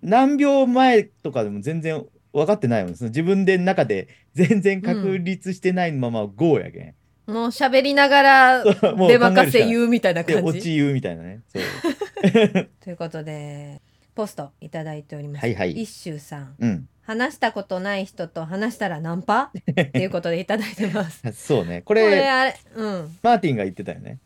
[SPEAKER 4] 何秒前とかでも全然分かってないもんその自分で中で全然確立してないまま5やけ ん、
[SPEAKER 3] もう喋りながら
[SPEAKER 4] もう
[SPEAKER 3] 出任せ
[SPEAKER 4] う
[SPEAKER 3] 言うみたいな
[SPEAKER 4] で
[SPEAKER 3] 感
[SPEAKER 4] 落
[SPEAKER 3] じ。
[SPEAKER 4] ち言うみたいなねそう
[SPEAKER 3] ということで、ポストいただいております。
[SPEAKER 4] はいはい
[SPEAKER 3] 一周さん。
[SPEAKER 4] うん
[SPEAKER 3] 話したことない人と話したらナン パっていうことでいただいてます。こ
[SPEAKER 4] そう ねこれ
[SPEAKER 3] れあれ、うん。
[SPEAKER 4] マーティンが言ってたよね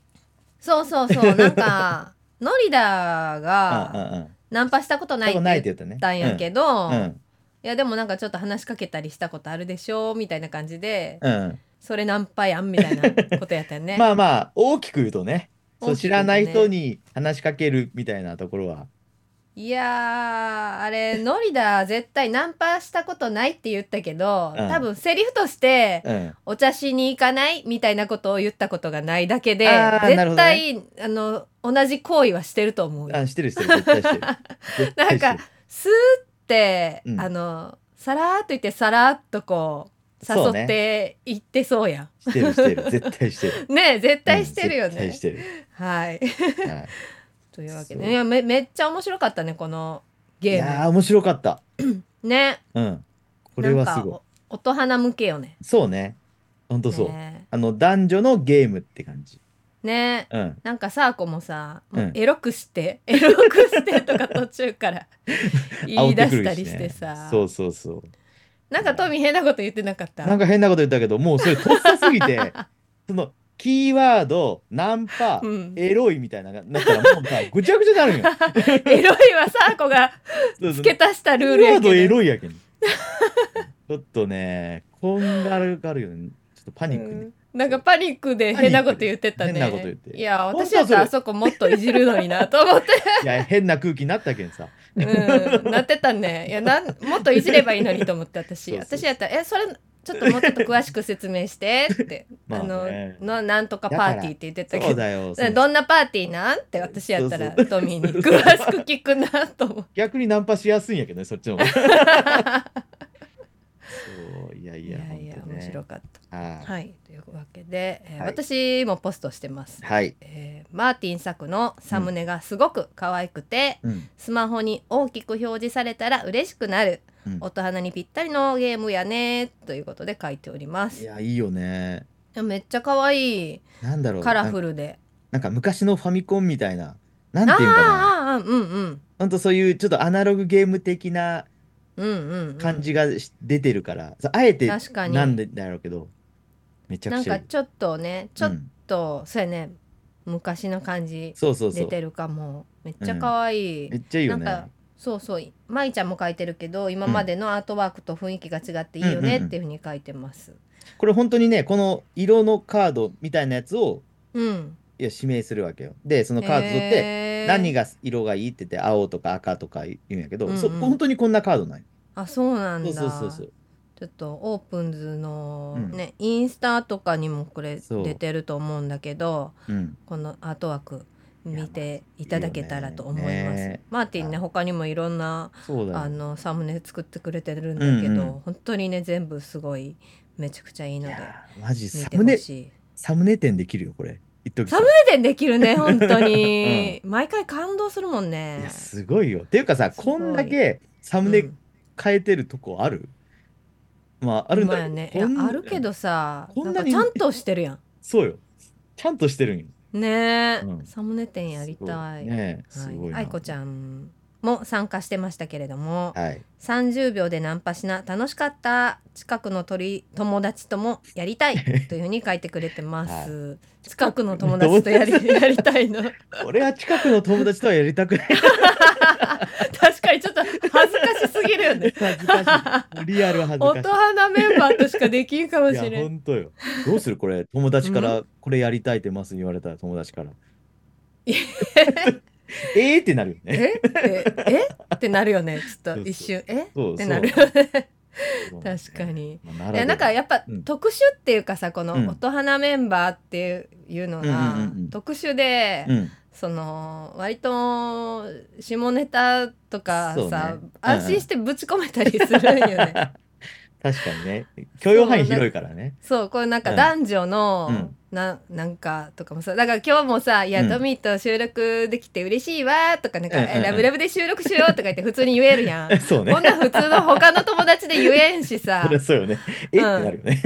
[SPEAKER 3] そうそう そう。なんか、ノリダ
[SPEAKER 4] うん
[SPEAKER 3] が
[SPEAKER 4] うんうん
[SPEAKER 3] ナンパしたことないっ
[SPEAKER 4] 多
[SPEAKER 3] て
[SPEAKER 4] 分ない
[SPEAKER 3] 言
[SPEAKER 4] っ
[SPEAKER 3] って
[SPEAKER 4] 言ったね
[SPEAKER 3] たんやけど、
[SPEAKER 4] うんうん
[SPEAKER 3] いやでもなんかちょっと話しかけたりしたことあるでしょみたいな感じで、
[SPEAKER 4] うん
[SPEAKER 3] それナンパやんみたいなことやったよね。
[SPEAKER 4] まあまあ大きく言うとねそう
[SPEAKER 3] 大きく
[SPEAKER 4] 知
[SPEAKER 3] 言う
[SPEAKER 4] ら
[SPEAKER 3] とね
[SPEAKER 4] ない人に話しかけるみたいなところはい
[SPEAKER 3] やーあれノリだ絶対ナンパしたことないって言ったけど、
[SPEAKER 4] うん
[SPEAKER 3] 多分セリフとして
[SPEAKER 4] うん
[SPEAKER 3] お茶しに行かないみたいなことを言ったことがないだけで、
[SPEAKER 4] あーな
[SPEAKER 3] 絶
[SPEAKER 4] るほど
[SPEAKER 3] 対、
[SPEAKER 4] ね
[SPEAKER 3] あの同じ行為はしてると思うよ。
[SPEAKER 4] あしてるしてる絶 対してる絶対してる
[SPEAKER 3] なんかスーって、
[SPEAKER 4] うん
[SPEAKER 3] あのさらーっと言ってさらーっとこう
[SPEAKER 4] そう
[SPEAKER 3] 誘
[SPEAKER 4] ね
[SPEAKER 3] って行ってそうや
[SPEAKER 4] してるし てる絶対してる
[SPEAKER 3] ん。ね絶対してるよ
[SPEAKER 4] うん
[SPEAKER 3] ね。
[SPEAKER 4] 絶対して
[SPEAKER 3] はい。
[SPEAKER 4] る、はい、
[SPEAKER 3] というわけ
[SPEAKER 4] そ
[SPEAKER 3] で
[SPEAKER 4] う
[SPEAKER 3] いやめめっちゃ面白かったねこの
[SPEAKER 4] い
[SPEAKER 3] ゲー
[SPEAKER 4] やー面白かった
[SPEAKER 3] ムね
[SPEAKER 4] うんこれは
[SPEAKER 3] な
[SPEAKER 4] す
[SPEAKER 3] ん
[SPEAKER 4] ごい
[SPEAKER 3] かお音花向けよね
[SPEAKER 4] そうねほんとそう、
[SPEAKER 3] ね
[SPEAKER 4] あの男女のゲームって感じ
[SPEAKER 3] ね。
[SPEAKER 4] うん
[SPEAKER 3] なんかサーコもさ「もう
[SPEAKER 4] うん
[SPEAKER 3] エロくしてエロくして」とか途中から 言い出したりしてさ
[SPEAKER 4] 煽ってくるしねそうそうそう。
[SPEAKER 3] なんかトミー変なこと言ってなかった
[SPEAKER 4] なんか変なこと言ったけど、もうそれとっさす ぎて、そのキーワード、ナンパ、
[SPEAKER 3] うん、
[SPEAKER 4] エロいみたいなのがなったらもうさ、ぐちゃぐちゃになるんよ
[SPEAKER 3] エロいはサーコが
[SPEAKER 4] そうそう。
[SPEAKER 3] 付け足したルール
[SPEAKER 4] キーワ
[SPEAKER 3] や
[SPEAKER 4] ード
[SPEAKER 3] け
[SPEAKER 4] エ
[SPEAKER 3] ど
[SPEAKER 4] ロいやけん。ちょっとね、こんがるがるよね。ちょっとパニックね。
[SPEAKER 3] なんかパニックで変なこと言ってたね。
[SPEAKER 4] パニックで変なこと言って
[SPEAKER 3] いや、私だったらあ
[SPEAKER 4] 本当
[SPEAKER 3] そこもっといじるのになと思 って。
[SPEAKER 4] いや、変な空気になったけんさ。
[SPEAKER 3] うん、なってたね。いや、なん、もっといじればいいのにと思って、私。
[SPEAKER 4] そうそう
[SPEAKER 3] 私やったら、え、それ、ちょっともうちょっと詳しく説明してって。
[SPEAKER 4] まあね
[SPEAKER 3] の、の、なんとかパーティーって言ってた
[SPEAKER 4] そ
[SPEAKER 3] け
[SPEAKER 4] う
[SPEAKER 3] ど。
[SPEAKER 4] だよ。
[SPEAKER 3] どんなパーティーなんって私やったら
[SPEAKER 4] そう
[SPEAKER 3] トミーに詳しく聞くなと 思って
[SPEAKER 4] 逆にナンパしやすいんやけどね、そっちの 方が。そういやい
[SPEAKER 3] い
[SPEAKER 4] や、
[SPEAKER 3] やいや
[SPEAKER 4] ほんとね
[SPEAKER 3] 面白かっ
[SPEAKER 4] は
[SPEAKER 3] た。
[SPEAKER 4] い。
[SPEAKER 3] はいというわけで、えー
[SPEAKER 4] はい
[SPEAKER 3] 私もポストしてます、
[SPEAKER 4] はい。
[SPEAKER 3] えーマーティン作のサムネがすごく可愛くて、
[SPEAKER 4] うん。
[SPEAKER 3] スマホに大きく表示されたら嬉しくなる、
[SPEAKER 4] うん
[SPEAKER 3] 音花にぴったりのゲームやねということで書いておりま
[SPEAKER 4] い
[SPEAKER 3] す
[SPEAKER 4] や、いいよね。
[SPEAKER 3] めっちゃ可愛い
[SPEAKER 4] なんだろう。
[SPEAKER 3] カラフルで
[SPEAKER 4] なんか昔のファミコンみたいな、な
[SPEAKER 3] あ
[SPEAKER 4] ん
[SPEAKER 3] ー
[SPEAKER 4] ていうんかな、
[SPEAKER 3] あーあーうんうん
[SPEAKER 4] ほんとそういうちょっとアナログゲーム的な
[SPEAKER 3] うんうんうん
[SPEAKER 4] 感じがし出てるから、そうあえて
[SPEAKER 3] 確かに
[SPEAKER 4] なんでだろうけど、めちゃ
[SPEAKER 3] な
[SPEAKER 4] く
[SPEAKER 3] ん
[SPEAKER 4] ちゃ
[SPEAKER 3] か
[SPEAKER 4] いい。
[SPEAKER 3] ちょっとねちょ
[SPEAKER 4] う
[SPEAKER 3] っ
[SPEAKER 4] ん
[SPEAKER 3] と、そうやね昔の感じ
[SPEAKER 4] そうそうそ
[SPEAKER 3] 出
[SPEAKER 4] う。
[SPEAKER 3] てるかもめっちゃ可愛い、
[SPEAKER 4] めっちゃいい
[SPEAKER 3] な
[SPEAKER 4] よ
[SPEAKER 3] んか
[SPEAKER 4] ね。
[SPEAKER 3] そうそう舞ちゃんも書いてるけど今までのアートワークと雰囲気が違っていいよねっていうふうに書いてます
[SPEAKER 4] これ本当にね、この色のカードみたいなやつを
[SPEAKER 3] うん
[SPEAKER 4] いや指名するわけよ。で、そのカード取って、
[SPEAKER 3] て
[SPEAKER 4] 何が色がいいって言って、青とか赤とか言うんやけど、
[SPEAKER 3] うんうん
[SPEAKER 4] そ本当にこんなカードない。
[SPEAKER 3] あそうなん
[SPEAKER 4] そ
[SPEAKER 3] だ
[SPEAKER 4] うそうそうそう。
[SPEAKER 3] ちょっとオープンズの
[SPEAKER 4] うん
[SPEAKER 3] ね、インスタとかにもこれ
[SPEAKER 4] そう
[SPEAKER 3] 出てると思うんだけど
[SPEAKER 4] うん。
[SPEAKER 3] このアートワーク見てい
[SPEAKER 4] い
[SPEAKER 3] ただけたらと思います。
[SPEAKER 4] いいよね
[SPEAKER 3] マーティンね他にもいろんな
[SPEAKER 4] そうだよ。
[SPEAKER 3] あのサムネ作ってくれてるんだけど、
[SPEAKER 4] うんうん
[SPEAKER 3] 本当にね全部すごいめちゃくちゃいい
[SPEAKER 4] い
[SPEAKER 3] ので
[SPEAKER 4] やーマジ
[SPEAKER 3] 見
[SPEAKER 4] サ
[SPEAKER 3] て
[SPEAKER 4] ム
[SPEAKER 3] ほ
[SPEAKER 4] ネ、
[SPEAKER 3] しい。
[SPEAKER 4] サムネ店できるよ、これ。一時
[SPEAKER 3] サムネでできるね本当に、毎回感動するもん
[SPEAKER 4] いや
[SPEAKER 3] ね。
[SPEAKER 4] すごいよ。っていうかさ、
[SPEAKER 3] すごい
[SPEAKER 4] こんだけサム
[SPEAKER 3] う
[SPEAKER 4] ネ
[SPEAKER 3] ん
[SPEAKER 4] 変えてるとこある、まあ、あるんだ
[SPEAKER 3] まあねいや
[SPEAKER 4] こん
[SPEAKER 3] あるけどさ
[SPEAKER 4] こ
[SPEAKER 3] なんん
[SPEAKER 4] な
[SPEAKER 3] か
[SPEAKER 4] に
[SPEAKER 3] ちゃんとしてるやん。
[SPEAKER 4] そうよ。ちゃんとしてるんよ。
[SPEAKER 3] ねえ、
[SPEAKER 4] うん
[SPEAKER 3] サムネ展やりたい。
[SPEAKER 4] すごねえすごい
[SPEAKER 3] はい、
[SPEAKER 4] な。
[SPEAKER 3] 愛子ちゃんも参加してましたけれども、
[SPEAKER 4] はい。
[SPEAKER 3] 30秒でナンパしな楽しかった近くの鳥友達ともやり たいというふうに書いてくれてます、近くの友達とやりやりた いの
[SPEAKER 4] 俺は近くの友達とはやりたくない。
[SPEAKER 3] 確かにちょっと恥ずかしすぎるよね
[SPEAKER 4] 恥ずかしい。リアル恥ず
[SPEAKER 3] 音
[SPEAKER 4] か
[SPEAKER 3] 花メンバーとしかできんかも
[SPEAKER 4] しい。い
[SPEAKER 3] し
[SPEAKER 4] や、
[SPEAKER 3] れん
[SPEAKER 4] 本当よ。どうするこれ、友達から、これやりたいってます言われたら友達から。えーって なるよね。
[SPEAKER 3] えってえってなるよねちょっと一瞬え
[SPEAKER 4] そう
[SPEAKER 3] って
[SPEAKER 4] そう。
[SPEAKER 3] なるよね
[SPEAKER 4] そうなんだよね
[SPEAKER 3] 確か。に。
[SPEAKER 4] まあなら
[SPEAKER 3] い
[SPEAKER 4] で
[SPEAKER 3] や
[SPEAKER 4] は
[SPEAKER 3] なんかやっぱ
[SPEAKER 4] うん
[SPEAKER 3] 特殊っていうかさ、この
[SPEAKER 4] うん
[SPEAKER 3] 音花メンバーっていうのが
[SPEAKER 4] うんうんうんうん
[SPEAKER 3] 特殊で、
[SPEAKER 4] うん。
[SPEAKER 3] その割と下ネタとか
[SPEAKER 4] そうね
[SPEAKER 3] さ、
[SPEAKER 4] うんうん
[SPEAKER 3] 安心してぶち込めたりするんよね。
[SPEAKER 4] 確かにね。許容範囲広いからね。
[SPEAKER 3] そうこれなんか
[SPEAKER 4] うん
[SPEAKER 3] 男女の、
[SPEAKER 4] うん
[SPEAKER 3] ななんかとかもさだから今日もさ「いや、
[SPEAKER 4] うん
[SPEAKER 3] トミーと収録できて嬉しいわ」とか「なんか、
[SPEAKER 4] うんうんうん
[SPEAKER 3] えラブラブで収録しよう」とか言って普通に言えるやん。
[SPEAKER 4] そう ね
[SPEAKER 3] こん。なん普通の他の友達で言えんしさ
[SPEAKER 4] そりゃそうよね。えってなるよね。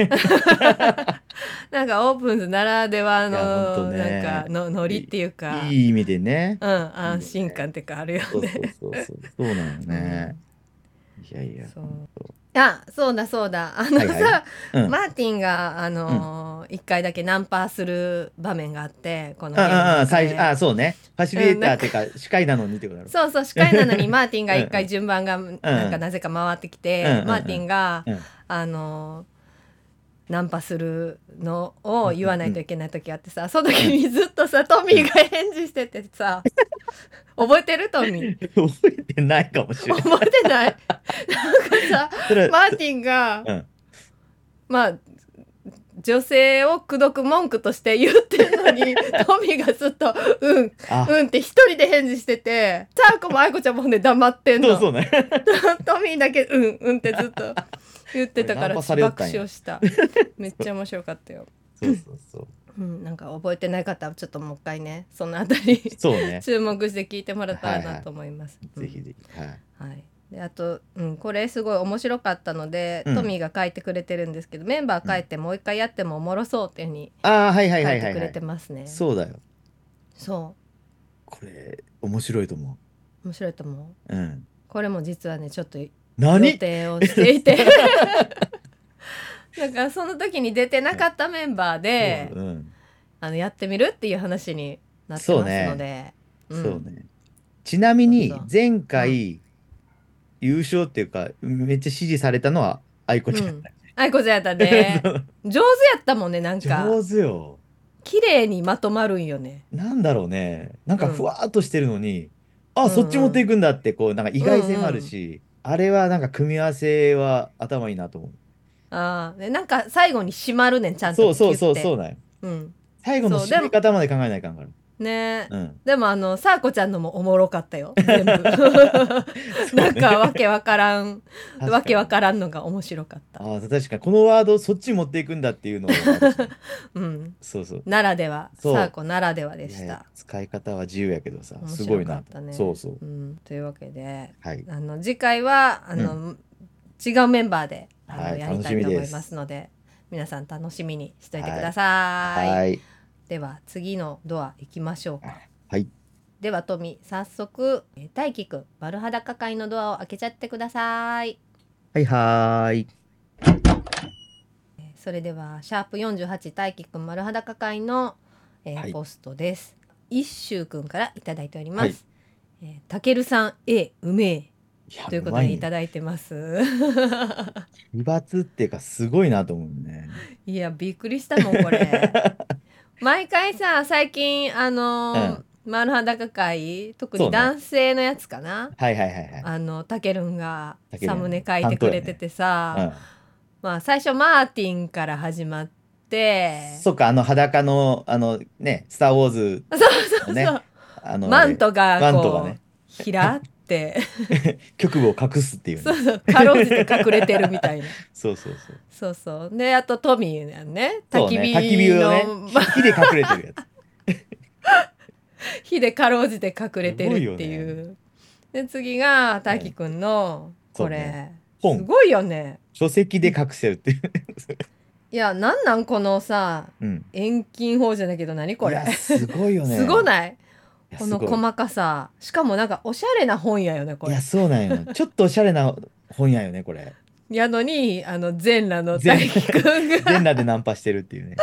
[SPEAKER 3] なんかオープンズならではい
[SPEAKER 4] やほ
[SPEAKER 3] の
[SPEAKER 4] んとね
[SPEAKER 3] なんかのノリっていうか
[SPEAKER 4] いい意味でね。
[SPEAKER 3] うん、安心感っていうかあるよ
[SPEAKER 4] そう
[SPEAKER 3] ね。
[SPEAKER 4] そうそうそう。そうなのね。いやいや。
[SPEAKER 3] そうあそうだそうだあの
[SPEAKER 4] は
[SPEAKER 3] さ、
[SPEAKER 4] いはうん。
[SPEAKER 3] マーティンがあのー一回だけナンパする場面があってこの
[SPEAKER 4] あああ
[SPEAKER 3] ゲーム
[SPEAKER 4] あ
[SPEAKER 3] で
[SPEAKER 4] 最初ああそうね。ファシリエーターっていうか司会なのにってことだろ。
[SPEAKER 3] そうそう司会なのにマーティンが一
[SPEAKER 4] うんう
[SPEAKER 3] 回順番がなんかなぜか回ってきて、
[SPEAKER 4] うんうん
[SPEAKER 3] マーティンが、
[SPEAKER 4] うん
[SPEAKER 3] あのーナンパするのを言わないといけない時あってさ、その時にずっとさトミーが返事しててさ覚えてるトミー
[SPEAKER 4] 覚えてないかもしれない。
[SPEAKER 3] 覚えて ないなんか
[SPEAKER 4] それ
[SPEAKER 3] さマーティンが、
[SPEAKER 4] うん
[SPEAKER 3] まあ女性を口説く文句として言ってるの にトミーがずっと「うん
[SPEAKER 4] あ
[SPEAKER 3] うん」って一人で返事しててターコも愛子ちゃんもほんで黙ってん
[SPEAKER 4] そう
[SPEAKER 3] の
[SPEAKER 4] そうね。
[SPEAKER 3] トミーだけ「うんうん」ってずっと言ってたか
[SPEAKER 4] ナン
[SPEAKER 3] ら
[SPEAKER 4] パされよっ
[SPEAKER 3] 爆
[SPEAKER 4] たんや
[SPEAKER 3] 笑した めっちゃ面白かったよ、
[SPEAKER 4] そうそうそう。
[SPEAKER 3] うん、なんか覚えてない方はちょっともう一回ねそのあたり
[SPEAKER 4] そうね。
[SPEAKER 3] 注目して聞いてもらったらなと思います、
[SPEAKER 4] ぜひぜひ。はい。
[SPEAKER 3] はい、であと、うん、これすごい面白かったので、
[SPEAKER 4] うん
[SPEAKER 3] トミーが書いてくれてるんですけどメンバー書いてもう一回やってもおもろそうっていうふうに
[SPEAKER 4] ああ、はいは
[SPEAKER 3] 書
[SPEAKER 4] いはいいは
[SPEAKER 3] て
[SPEAKER 4] い、
[SPEAKER 3] く
[SPEAKER 4] は
[SPEAKER 3] れ
[SPEAKER 4] い
[SPEAKER 3] て。ますね。
[SPEAKER 4] そうだよ。
[SPEAKER 3] そ
[SPEAKER 4] これ、面白いと思
[SPEAKER 3] う面白いと思う。
[SPEAKER 4] う。うん。
[SPEAKER 3] これも実はねちょっと予
[SPEAKER 4] 何
[SPEAKER 3] 定をしていて だからその時に出てなかったメンバーで、
[SPEAKER 4] うん。
[SPEAKER 3] あのやってみるっていう話になってますので。
[SPEAKER 4] そう
[SPEAKER 3] うん
[SPEAKER 4] そうね。ちなみに
[SPEAKER 3] そうだ、
[SPEAKER 4] 前回、優勝っていうか、めっちゃ支持されたのは、愛子ちゃんだよ
[SPEAKER 3] あいこちゃんやった
[SPEAKER 4] ね。
[SPEAKER 3] ね上手やったもんねなんか
[SPEAKER 4] 上手よ。
[SPEAKER 3] 綺麗にまとまるんよね
[SPEAKER 4] なんだろうね。なんか
[SPEAKER 3] うん
[SPEAKER 4] ふわーっとしてるの
[SPEAKER 3] う
[SPEAKER 4] に、
[SPEAKER 3] ん
[SPEAKER 4] あ、
[SPEAKER 3] うん
[SPEAKER 4] そっち持っていくんだって、こう、なんか意外性もあるし、あれはなんか組み合わせは頭いいなと思う。
[SPEAKER 3] あーでなんか最後に締まるねんちゃんと
[SPEAKER 4] そうそうそうそう
[SPEAKER 3] う、
[SPEAKER 4] なんよ。
[SPEAKER 3] うん、
[SPEAKER 4] 最後の
[SPEAKER 3] そうで
[SPEAKER 4] 締
[SPEAKER 3] も
[SPEAKER 4] め方まで考えないかんから。
[SPEAKER 3] ねえ
[SPEAKER 4] うん。
[SPEAKER 3] でもあのさあこちゃんのもおもろかった よ全部なんかわけわからんわけわ
[SPEAKER 4] ん
[SPEAKER 3] からんのが面白かった、
[SPEAKER 4] ああ、確かに。このワード、そっち持っていくんだっていうのを。
[SPEAKER 3] うん、
[SPEAKER 4] そうそう。
[SPEAKER 3] ならでは
[SPEAKER 4] そう
[SPEAKER 3] さあこならではでし
[SPEAKER 4] いやい
[SPEAKER 3] た
[SPEAKER 4] や使い方は自由やけどさ、
[SPEAKER 3] 面
[SPEAKER 4] すご
[SPEAKER 3] 白
[SPEAKER 4] い
[SPEAKER 3] か
[SPEAKER 4] な
[SPEAKER 3] っ。たね
[SPEAKER 4] そうそう。
[SPEAKER 3] うん、というわけで
[SPEAKER 4] はい。
[SPEAKER 3] あの次回はあの、違うメンバーであの、
[SPEAKER 4] はい
[SPEAKER 3] やりた
[SPEAKER 4] 楽し
[SPEAKER 3] い
[SPEAKER 4] み
[SPEAKER 3] と
[SPEAKER 4] です
[SPEAKER 3] 思いますので皆さん楽しみにしといてください。
[SPEAKER 4] はい。
[SPEAKER 3] では次のドア行きましょうか。
[SPEAKER 4] はい。
[SPEAKER 3] ではトミ早速えー大輝くん丸裸会のドアを開けちゃってください。
[SPEAKER 4] はいはーい。
[SPEAKER 3] えーそれではシャープ48大輝くん丸裸会の、えー
[SPEAKER 4] はい
[SPEAKER 3] ポストです。一周くんからいただいております。
[SPEAKER 4] はい
[SPEAKER 3] えーたけるさん A うめえ
[SPEAKER 4] いや
[SPEAKER 3] というこ
[SPEAKER 4] う
[SPEAKER 3] と
[SPEAKER 4] ま
[SPEAKER 3] で
[SPEAKER 4] い
[SPEAKER 3] いた
[SPEAKER 4] ね。
[SPEAKER 3] だいてます。
[SPEAKER 4] 奇抜っていうか、すごいなと思うね。
[SPEAKER 3] いやびっくりしたもんこれ 毎回さ最近あのー
[SPEAKER 4] うん
[SPEAKER 3] 丸裸会特
[SPEAKER 4] そ
[SPEAKER 3] に
[SPEAKER 4] うね
[SPEAKER 3] 男性のやつかな、
[SPEAKER 4] はいはいはい
[SPEAKER 3] あのたけるんが
[SPEAKER 4] たけるん
[SPEAKER 3] サムネ書いてくれててさ、
[SPEAKER 4] はい。
[SPEAKER 3] まあ最初マーティンから始まっ
[SPEAKER 4] う
[SPEAKER 3] て
[SPEAKER 4] ん。そっか、あの裸の、あのね、スター・ウォーズ、
[SPEAKER 3] そうそうそう、
[SPEAKER 4] ねあの、
[SPEAKER 3] マントが
[SPEAKER 4] マント
[SPEAKER 3] こ
[SPEAKER 4] が
[SPEAKER 3] う、
[SPEAKER 4] ね
[SPEAKER 3] ひらって
[SPEAKER 4] 局部を隠すっていう
[SPEAKER 3] そ
[SPEAKER 4] ね。
[SPEAKER 3] うそうかろうじて隠れてるみたいな
[SPEAKER 4] そうそうそう。
[SPEAKER 3] そうそうであとトミーやんね
[SPEAKER 4] そう
[SPEAKER 3] 焚き
[SPEAKER 4] ね
[SPEAKER 3] 火
[SPEAKER 4] 焚き火 をね
[SPEAKER 3] の、ま
[SPEAKER 4] 火で隠れてるやつ。
[SPEAKER 3] 火でかろうじて隠れてるって
[SPEAKER 4] すごい
[SPEAKER 3] いう。で次がたきくんのこ
[SPEAKER 4] そう
[SPEAKER 3] れ、
[SPEAKER 4] ね
[SPEAKER 3] す
[SPEAKER 4] 本、
[SPEAKER 3] ごいよね。
[SPEAKER 4] 書籍で隠せるっていう。
[SPEAKER 3] いやなんなんこのさ
[SPEAKER 4] うん。
[SPEAKER 3] 遠近法じゃないけど何こ
[SPEAKER 4] い
[SPEAKER 3] れ、
[SPEAKER 4] やすごいよね。
[SPEAKER 3] すご
[SPEAKER 4] い
[SPEAKER 3] ない
[SPEAKER 4] や
[SPEAKER 3] この
[SPEAKER 4] すごい
[SPEAKER 3] 細かさしかもなんかおしゃれな本やよねこ
[SPEAKER 4] い
[SPEAKER 3] れ
[SPEAKER 4] や、。そうなんよ。ちょっとおしゃれな本やよね、こ れ。
[SPEAKER 3] やのにあの全裸のた
[SPEAKER 4] 全
[SPEAKER 3] きく ん
[SPEAKER 4] 全
[SPEAKER 3] が
[SPEAKER 4] 裸でナンパしてるっていうね。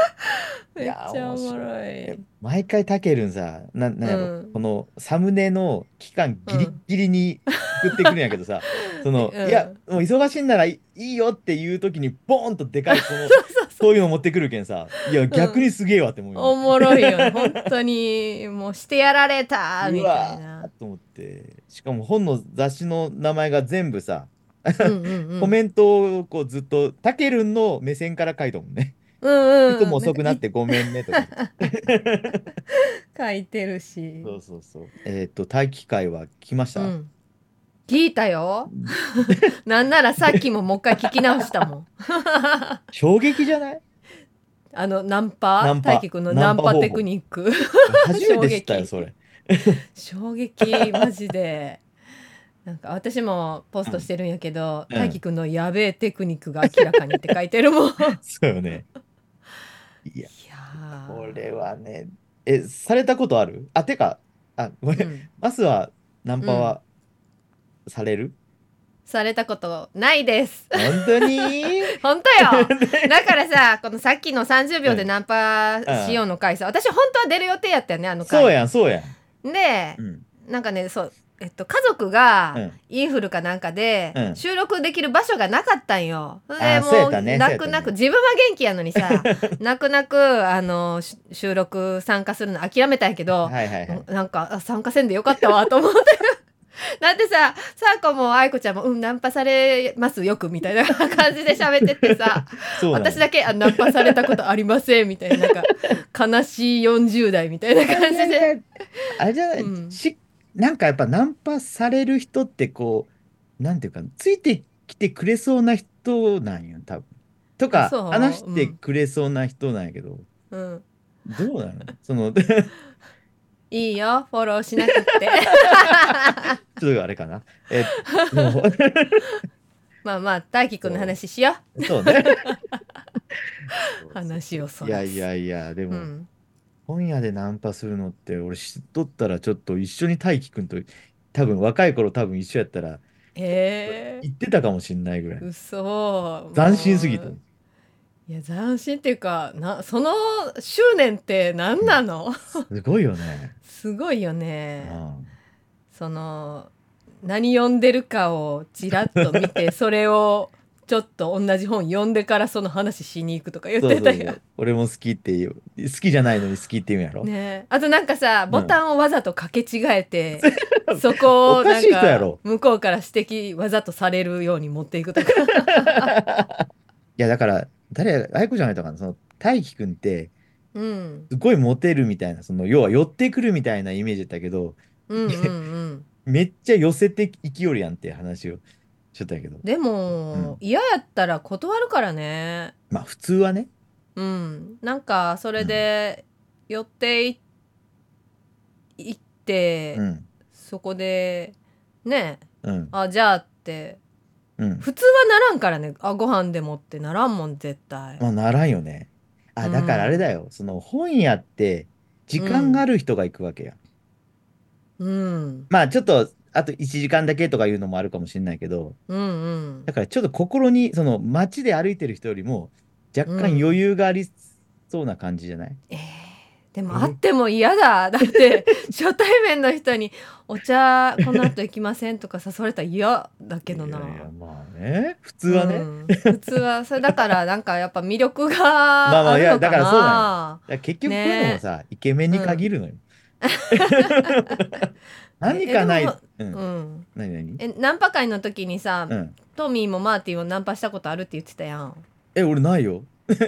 [SPEAKER 3] めっちゃおもろい。
[SPEAKER 4] や毎回たけるんさ、ななんやろ、
[SPEAKER 3] うん
[SPEAKER 4] このサムネの期間ギリッギリに送ってくるんやけ どさ、その、
[SPEAKER 3] うん
[SPEAKER 4] いや、もう忙しいんならいいいよっていう時に、ボーンとでかい、この、
[SPEAKER 3] そうそう
[SPEAKER 4] そういうの持ってくるけんさ、いや、逆にすげえわって思う
[SPEAKER 3] お
[SPEAKER 4] よ、
[SPEAKER 3] もろいよね本当にもうしてやられたみ
[SPEAKER 4] う
[SPEAKER 3] た
[SPEAKER 4] わ
[SPEAKER 3] いな
[SPEAKER 4] ー。と思って、しかも本の雑誌の名前が全部さ、
[SPEAKER 3] うんうんうん
[SPEAKER 4] コメントをこうずっと、たけるんの目線から書いたもんね。
[SPEAKER 3] うん
[SPEAKER 4] いうつ
[SPEAKER 3] ん。
[SPEAKER 4] も遅くなってごめんねとか。
[SPEAKER 3] 書いてるし。
[SPEAKER 4] そうそうそう。えっ、と、待機会は来ました、
[SPEAKER 3] うん、聞いた よ。なんならさっきももう一回聞き直したもん。
[SPEAKER 4] 衝撃じ ゃない
[SPEAKER 3] あのナンパ
[SPEAKER 4] ナンパ
[SPEAKER 3] 大輝くんのナンパテクニック
[SPEAKER 4] 初めて知ったよ、そ
[SPEAKER 3] 衝
[SPEAKER 4] れ
[SPEAKER 3] 撃。衝撃 マジでなんか私もポストしてるんやけど、
[SPEAKER 4] うん
[SPEAKER 3] 大輝くんのやべえテクニックが明らかにって書いてるもん い
[SPEAKER 4] そうよね。いや、
[SPEAKER 3] やー
[SPEAKER 4] これはね。え、されたことあるあ、てか、あ、ごめ。
[SPEAKER 3] うんん
[SPEAKER 4] マスはナンパはされる、
[SPEAKER 3] されたことないです
[SPEAKER 4] 本当に
[SPEAKER 3] 本当 よだからさこのさっきの30秒で
[SPEAKER 4] うん
[SPEAKER 3] ナンパしようの回さ、私本当は出る予定やったよね あの回
[SPEAKER 4] そうやん、そうやん。
[SPEAKER 3] で
[SPEAKER 4] う、ん。
[SPEAKER 3] なんかねそう、えっと、家族が
[SPEAKER 4] うん
[SPEAKER 3] インフルかなんかで
[SPEAKER 4] うん
[SPEAKER 3] 収録できる場所がなかったんよ。で
[SPEAKER 4] あーそうやったね
[SPEAKER 3] 泣く泣く、
[SPEAKER 4] そ
[SPEAKER 3] 自分は元気やのに さ泣く泣くあのし収録参加するの諦めたんやけど、
[SPEAKER 4] はいはいはい。
[SPEAKER 3] なんかあ参加せんでよかったわと思って。 だってささあこも愛子ちゃんも「うんナンパされますよく」みたいな感じで喋っててさ
[SPEAKER 4] そうなん
[SPEAKER 3] 私だけあ「ナンパされたことありません」みたいななんか悲しい40代みたいな感じ
[SPEAKER 4] なん
[SPEAKER 3] で。
[SPEAKER 4] かあれじゃない、
[SPEAKER 3] うん
[SPEAKER 4] しなんかやっぱナンパされる人ってこうなんていうかついてきてくれそうな人なんよ多分とか
[SPEAKER 3] そう
[SPEAKER 4] 話してくれそうな人なんやけど、
[SPEAKER 3] うん
[SPEAKER 4] ど うなのその
[SPEAKER 3] いいよフォローしなくって
[SPEAKER 4] ちょっとあれかな。えもう
[SPEAKER 3] まあまあ大輝くんの話しよ
[SPEAKER 4] そうね。
[SPEAKER 3] う 話をそ
[SPEAKER 4] い
[SPEAKER 3] ら
[SPEAKER 4] や
[SPEAKER 3] す
[SPEAKER 4] いやいや、で
[SPEAKER 3] う
[SPEAKER 4] も、
[SPEAKER 3] ん、
[SPEAKER 4] 本屋でナンパするのって、俺知っとったらちょっと一緒に大輝くんと、多分若い頃多分一緒やったら、
[SPEAKER 3] へえ
[SPEAKER 4] 行ってたかもしんないぐらい。
[SPEAKER 3] 嘘
[SPEAKER 4] 斬新すぎた。
[SPEAKER 3] もういや斬新っていうかなその執念って何なの、
[SPEAKER 4] すごいよね。
[SPEAKER 3] すごいよ
[SPEAKER 4] う
[SPEAKER 3] ね、
[SPEAKER 4] ん
[SPEAKER 3] その何読んでるかをちらっと見てそれをちょっと同じ本読んでからその話しに行くとか言っ
[SPEAKER 4] そう
[SPEAKER 3] て
[SPEAKER 4] そ
[SPEAKER 3] た
[SPEAKER 4] う
[SPEAKER 3] よ
[SPEAKER 4] そう。俺も好きって言う。好きじゃないのに好きって言うんやろ。
[SPEAKER 3] ねえ、あとなんかさボタンをわざと掛け違え て、そこを
[SPEAKER 4] おか
[SPEAKER 3] な
[SPEAKER 4] しい
[SPEAKER 3] ん
[SPEAKER 4] 人
[SPEAKER 3] か
[SPEAKER 4] やろ
[SPEAKER 3] 向こうから指摘わざとされるように持っていく とか
[SPEAKER 4] いや、だから、誰、愛子じゃないとかな、その、大輝くんって、
[SPEAKER 3] うん
[SPEAKER 4] すごいモテるみたいな、その、要は寄ってくるみたいなイメージだったけど、
[SPEAKER 3] うんうんうん
[SPEAKER 4] めっちゃ寄せていきよるやんっていう話をしちゃったんやけど、
[SPEAKER 3] でも、嫌やったら断るからね
[SPEAKER 4] まあ、普通はね、
[SPEAKER 3] うんなんかそれで寄ってい行って、
[SPEAKER 4] うん、
[SPEAKER 3] そこでねえ
[SPEAKER 4] うん、
[SPEAKER 3] あじゃあって
[SPEAKER 4] うん。
[SPEAKER 3] 普通はならんからねあご飯でもってならんもん絶対
[SPEAKER 4] まあ、ならんよね。あ、だからあれだよ、その、本屋って、時間がある人が行くわけや。
[SPEAKER 3] うん
[SPEAKER 4] まあ、ちょっと、あと1時間だけとかいうのもあるかもしれないけど、
[SPEAKER 3] うんうん
[SPEAKER 4] だからちょっと心に、その、街で歩いてる人よりも、若
[SPEAKER 3] う
[SPEAKER 4] 干
[SPEAKER 3] ん
[SPEAKER 4] 余裕がありそうな感じじゃない
[SPEAKER 3] えーでも
[SPEAKER 4] え
[SPEAKER 3] あっても嫌だだって 初対面の人に「お茶この後行きません」とか 誘われたら嫌だけどない
[SPEAKER 4] やいやまあね普通はね、だか
[SPEAKER 3] うん普通はそれだからなんかやっぱ魅力
[SPEAKER 4] あ ま
[SPEAKER 3] が
[SPEAKER 4] あ
[SPEAKER 3] あ
[SPEAKER 4] い
[SPEAKER 3] る
[SPEAKER 4] や
[SPEAKER 3] のか
[SPEAKER 4] だからそう
[SPEAKER 3] な
[SPEAKER 4] ら結局こういうのもさ、イケメンに限るのよ、 何かない、
[SPEAKER 3] えでも
[SPEAKER 4] うん
[SPEAKER 3] うん
[SPEAKER 4] 何何
[SPEAKER 3] えナンパ会の時にさ、
[SPEAKER 4] うん
[SPEAKER 3] トミーもマーティンもナンパしたことあるって言ってたやん
[SPEAKER 4] え俺ないよ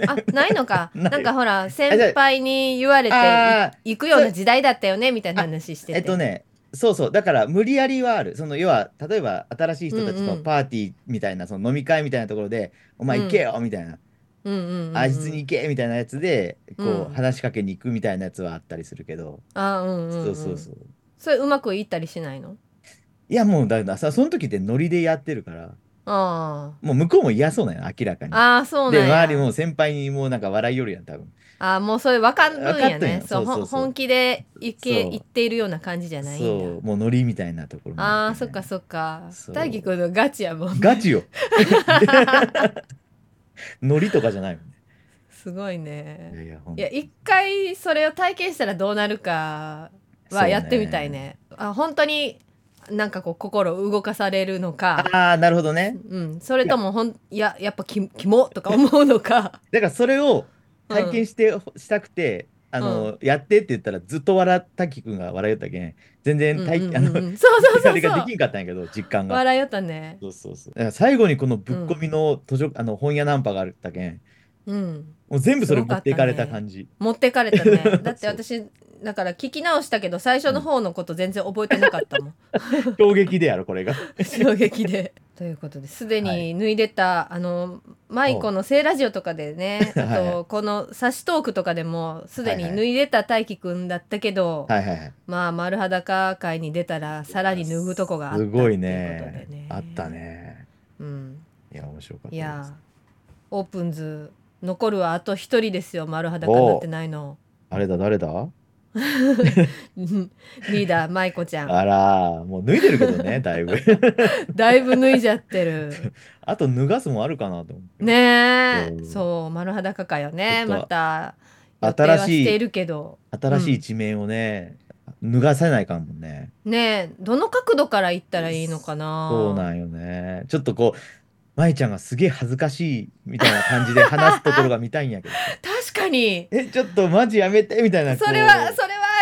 [SPEAKER 3] あないのか
[SPEAKER 4] ない
[SPEAKER 3] なんかほら先輩に言われて
[SPEAKER 4] ああ
[SPEAKER 3] 行くような時代だったよねみたいな話してて
[SPEAKER 4] えっとねそうそうだから無理やりはあるその要は例えば新しい人たち
[SPEAKER 3] うん
[SPEAKER 4] の
[SPEAKER 3] うん
[SPEAKER 4] パーティーみたいな、その飲み会みたいなところで「お前行けよ」みたいな
[SPEAKER 3] うんうんうんう
[SPEAKER 4] 「
[SPEAKER 3] ん
[SPEAKER 4] あいつに行け」みたいなやつでこう、
[SPEAKER 3] うん
[SPEAKER 4] 話しかけに行くみたいなやつはあったりするけど、
[SPEAKER 3] あうんうん、う
[SPEAKER 4] そ
[SPEAKER 3] ん、
[SPEAKER 4] うそうそう
[SPEAKER 3] それうまくいったりしないの
[SPEAKER 4] いやもうだからさその時ってノリでやってるから
[SPEAKER 3] あ
[SPEAKER 4] もう向こうも嫌そうなんよ明らかに
[SPEAKER 3] あ。ああそうなん
[SPEAKER 4] で
[SPEAKER 3] や
[SPEAKER 4] 周りも先輩にもうなんか笑いよるやん多分
[SPEAKER 3] ああもうそれ分かんるん
[SPEAKER 4] 分か
[SPEAKER 3] や
[SPEAKER 4] っとんや
[SPEAKER 3] ねそう
[SPEAKER 4] そうそうそう
[SPEAKER 3] ほん本気で行け
[SPEAKER 4] そう
[SPEAKER 3] 行っているような感じじゃないんだ
[SPEAKER 4] そうもうノリみたいなところも
[SPEAKER 3] あ
[SPEAKER 4] る
[SPEAKER 3] あそっかそっか
[SPEAKER 4] そう
[SPEAKER 3] 大輝くんのガチやもん
[SPEAKER 4] ガチよ ノリとかじゃないもんね
[SPEAKER 3] すごい
[SPEAKER 4] いや
[SPEAKER 3] ね
[SPEAKER 4] いやほん
[SPEAKER 3] い
[SPEAKER 4] と
[SPEAKER 3] や一回それを体験したらどうなるか
[SPEAKER 4] そう
[SPEAKER 3] は
[SPEAKER 4] ね
[SPEAKER 3] やってみたいねあ本当になんかこう心を動かされるのか
[SPEAKER 4] ああなるほどね
[SPEAKER 3] うん、それともほんいややっぱキキモとか思うのか
[SPEAKER 4] だからそれを 体験して、したくてあの、やってって言ったらずっと笑ったきくんが笑いよったけん全然体、
[SPEAKER 3] うん
[SPEAKER 4] あ
[SPEAKER 3] うんうん
[SPEAKER 4] の
[SPEAKER 3] うんそうそう
[SPEAKER 4] や
[SPEAKER 3] そう
[SPEAKER 4] り
[SPEAKER 3] そ
[SPEAKER 4] が
[SPEAKER 3] う
[SPEAKER 4] できんかったんやけど実感が
[SPEAKER 3] 笑いよったね
[SPEAKER 4] そうそうそうだから最後にこのぶっ込みの図書、あの本屋ナンパがあるったけん
[SPEAKER 3] うん
[SPEAKER 4] もう全部それ持っていかれた感じ
[SPEAKER 3] 持ってかれたねだって
[SPEAKER 4] そう
[SPEAKER 3] 私だから聞き直したけど最初の方のこと全然覚えてなかった もん
[SPEAKER 4] 衝撃でやろこれが
[SPEAKER 3] 衝撃で。ということですでに脱いでた、あのマイコの「聖ラジオ」とかでね
[SPEAKER 4] はい
[SPEAKER 3] あとこの「サしトーク」とかでもすでに
[SPEAKER 4] はいはい
[SPEAKER 3] 脱いでた大輝くんだったけど、
[SPEAKER 4] はいはいはい
[SPEAKER 3] まあ丸裸会に出たらさらに脱ぐとこがあった
[SPEAKER 4] す
[SPEAKER 3] っていうこ
[SPEAKER 4] ご
[SPEAKER 3] とで
[SPEAKER 4] いね
[SPEAKER 3] ね。
[SPEAKER 4] あった、ね。
[SPEAKER 3] うん、
[SPEAKER 4] いや、面白かった
[SPEAKER 3] い
[SPEAKER 4] です。
[SPEAKER 3] やーオープンズ残るはあと一人ですよ丸裸になってないの
[SPEAKER 4] あれだ、誰だ
[SPEAKER 3] リーダー舞子ち ゃん
[SPEAKER 4] あら、もう脱いでるけど ね、だいぶ。
[SPEAKER 3] だいぶ脱いじゃってる
[SPEAKER 4] あと脱がすもんあるかなと思って。
[SPEAKER 3] ねえ
[SPEAKER 4] うん
[SPEAKER 3] そう丸裸かよね
[SPEAKER 4] ちょっ
[SPEAKER 3] ま
[SPEAKER 4] と
[SPEAKER 3] た予定は
[SPEAKER 4] 新
[SPEAKER 3] して
[SPEAKER 4] し
[SPEAKER 3] い
[SPEAKER 4] い、
[SPEAKER 3] るけど
[SPEAKER 4] 新しい一面をね、脱がせないかもね。
[SPEAKER 3] ねえどの角度から行ったらいいのかな
[SPEAKER 4] そうなんよね。ちょっとこう、舞ちゃんがすげえ恥ずかしいみたいな感じで話すところが見たいんやけど。
[SPEAKER 3] 確かに
[SPEAKER 4] え、ちょっとマジやめてみたいな。こう
[SPEAKER 3] それはそれは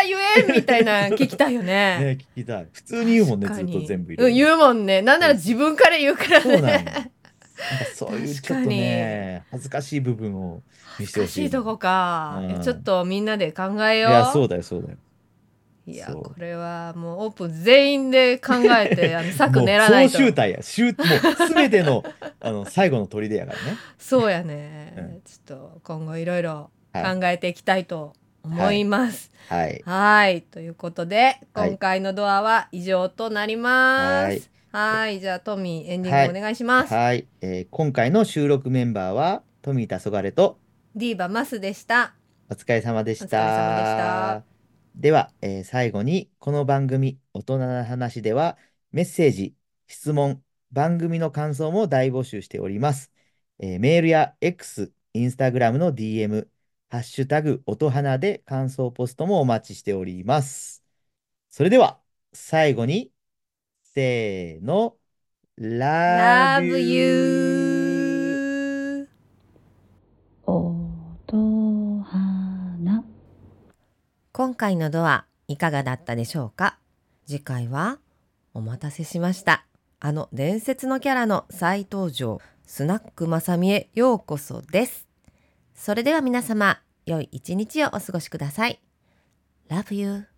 [SPEAKER 3] 言えんみたい な聞きたいよね
[SPEAKER 4] ね、聞きたい。普通に言うもんね、
[SPEAKER 3] 確
[SPEAKER 4] ず
[SPEAKER 3] か
[SPEAKER 4] っ
[SPEAKER 3] に
[SPEAKER 4] と全部
[SPEAKER 3] うん
[SPEAKER 4] う。
[SPEAKER 3] 言うもんねなんなら自分から言うから
[SPEAKER 4] そうなんよ。なん
[SPEAKER 3] ね
[SPEAKER 4] かそういう
[SPEAKER 3] 確
[SPEAKER 4] ちょ
[SPEAKER 3] か
[SPEAKER 4] っ
[SPEAKER 3] に
[SPEAKER 4] とね、恥ずかしい部分を。見せて
[SPEAKER 3] 難
[SPEAKER 4] ほしい
[SPEAKER 3] しいとこか、
[SPEAKER 4] うん
[SPEAKER 3] いやちょっとみんなで考え
[SPEAKER 4] い
[SPEAKER 3] よう
[SPEAKER 4] や、そうだよ、そうだよ。
[SPEAKER 3] いや
[SPEAKER 4] そう
[SPEAKER 3] これはもうオープン全員で考え てあの策練らな
[SPEAKER 4] もう
[SPEAKER 3] い
[SPEAKER 4] 総
[SPEAKER 3] と
[SPEAKER 4] 集大や。集、もうすべての、 あの、最後の砦やからね。
[SPEAKER 3] そうやね、
[SPEAKER 4] うん
[SPEAKER 3] ちょっと今後いろいろ
[SPEAKER 4] はい
[SPEAKER 3] 考えていきたいと思います。
[SPEAKER 4] はい。
[SPEAKER 3] はいということで
[SPEAKER 4] はい
[SPEAKER 3] 今回のドアは以上となります。はいじゃあトミーエンディングお願いします。
[SPEAKER 4] はい、えー今回の収録メンバーは富田そがれと
[SPEAKER 3] ディーバマスでした。
[SPEAKER 4] お疲れ様でした。
[SPEAKER 3] お疲れ様でした
[SPEAKER 4] では、えー最後にこの番組「大人な話」ではメッセージ、質問、番組の感想も大募集しております。えーメールや X、インスタグラムの DM、ハッシュタグ音花で感想ポストもお待ちしております。それでは最後にせーの、
[SPEAKER 3] ラ
[SPEAKER 4] Love
[SPEAKER 3] ブ
[SPEAKER 4] you!
[SPEAKER 3] ユー
[SPEAKER 1] おとはな。
[SPEAKER 3] 今回のドアいかがだったでしょうか次回はお待たせしましたあの伝説のキャラの再登場スナックまさみへようこそですそれでは皆様良い一日をお過ごしください Love you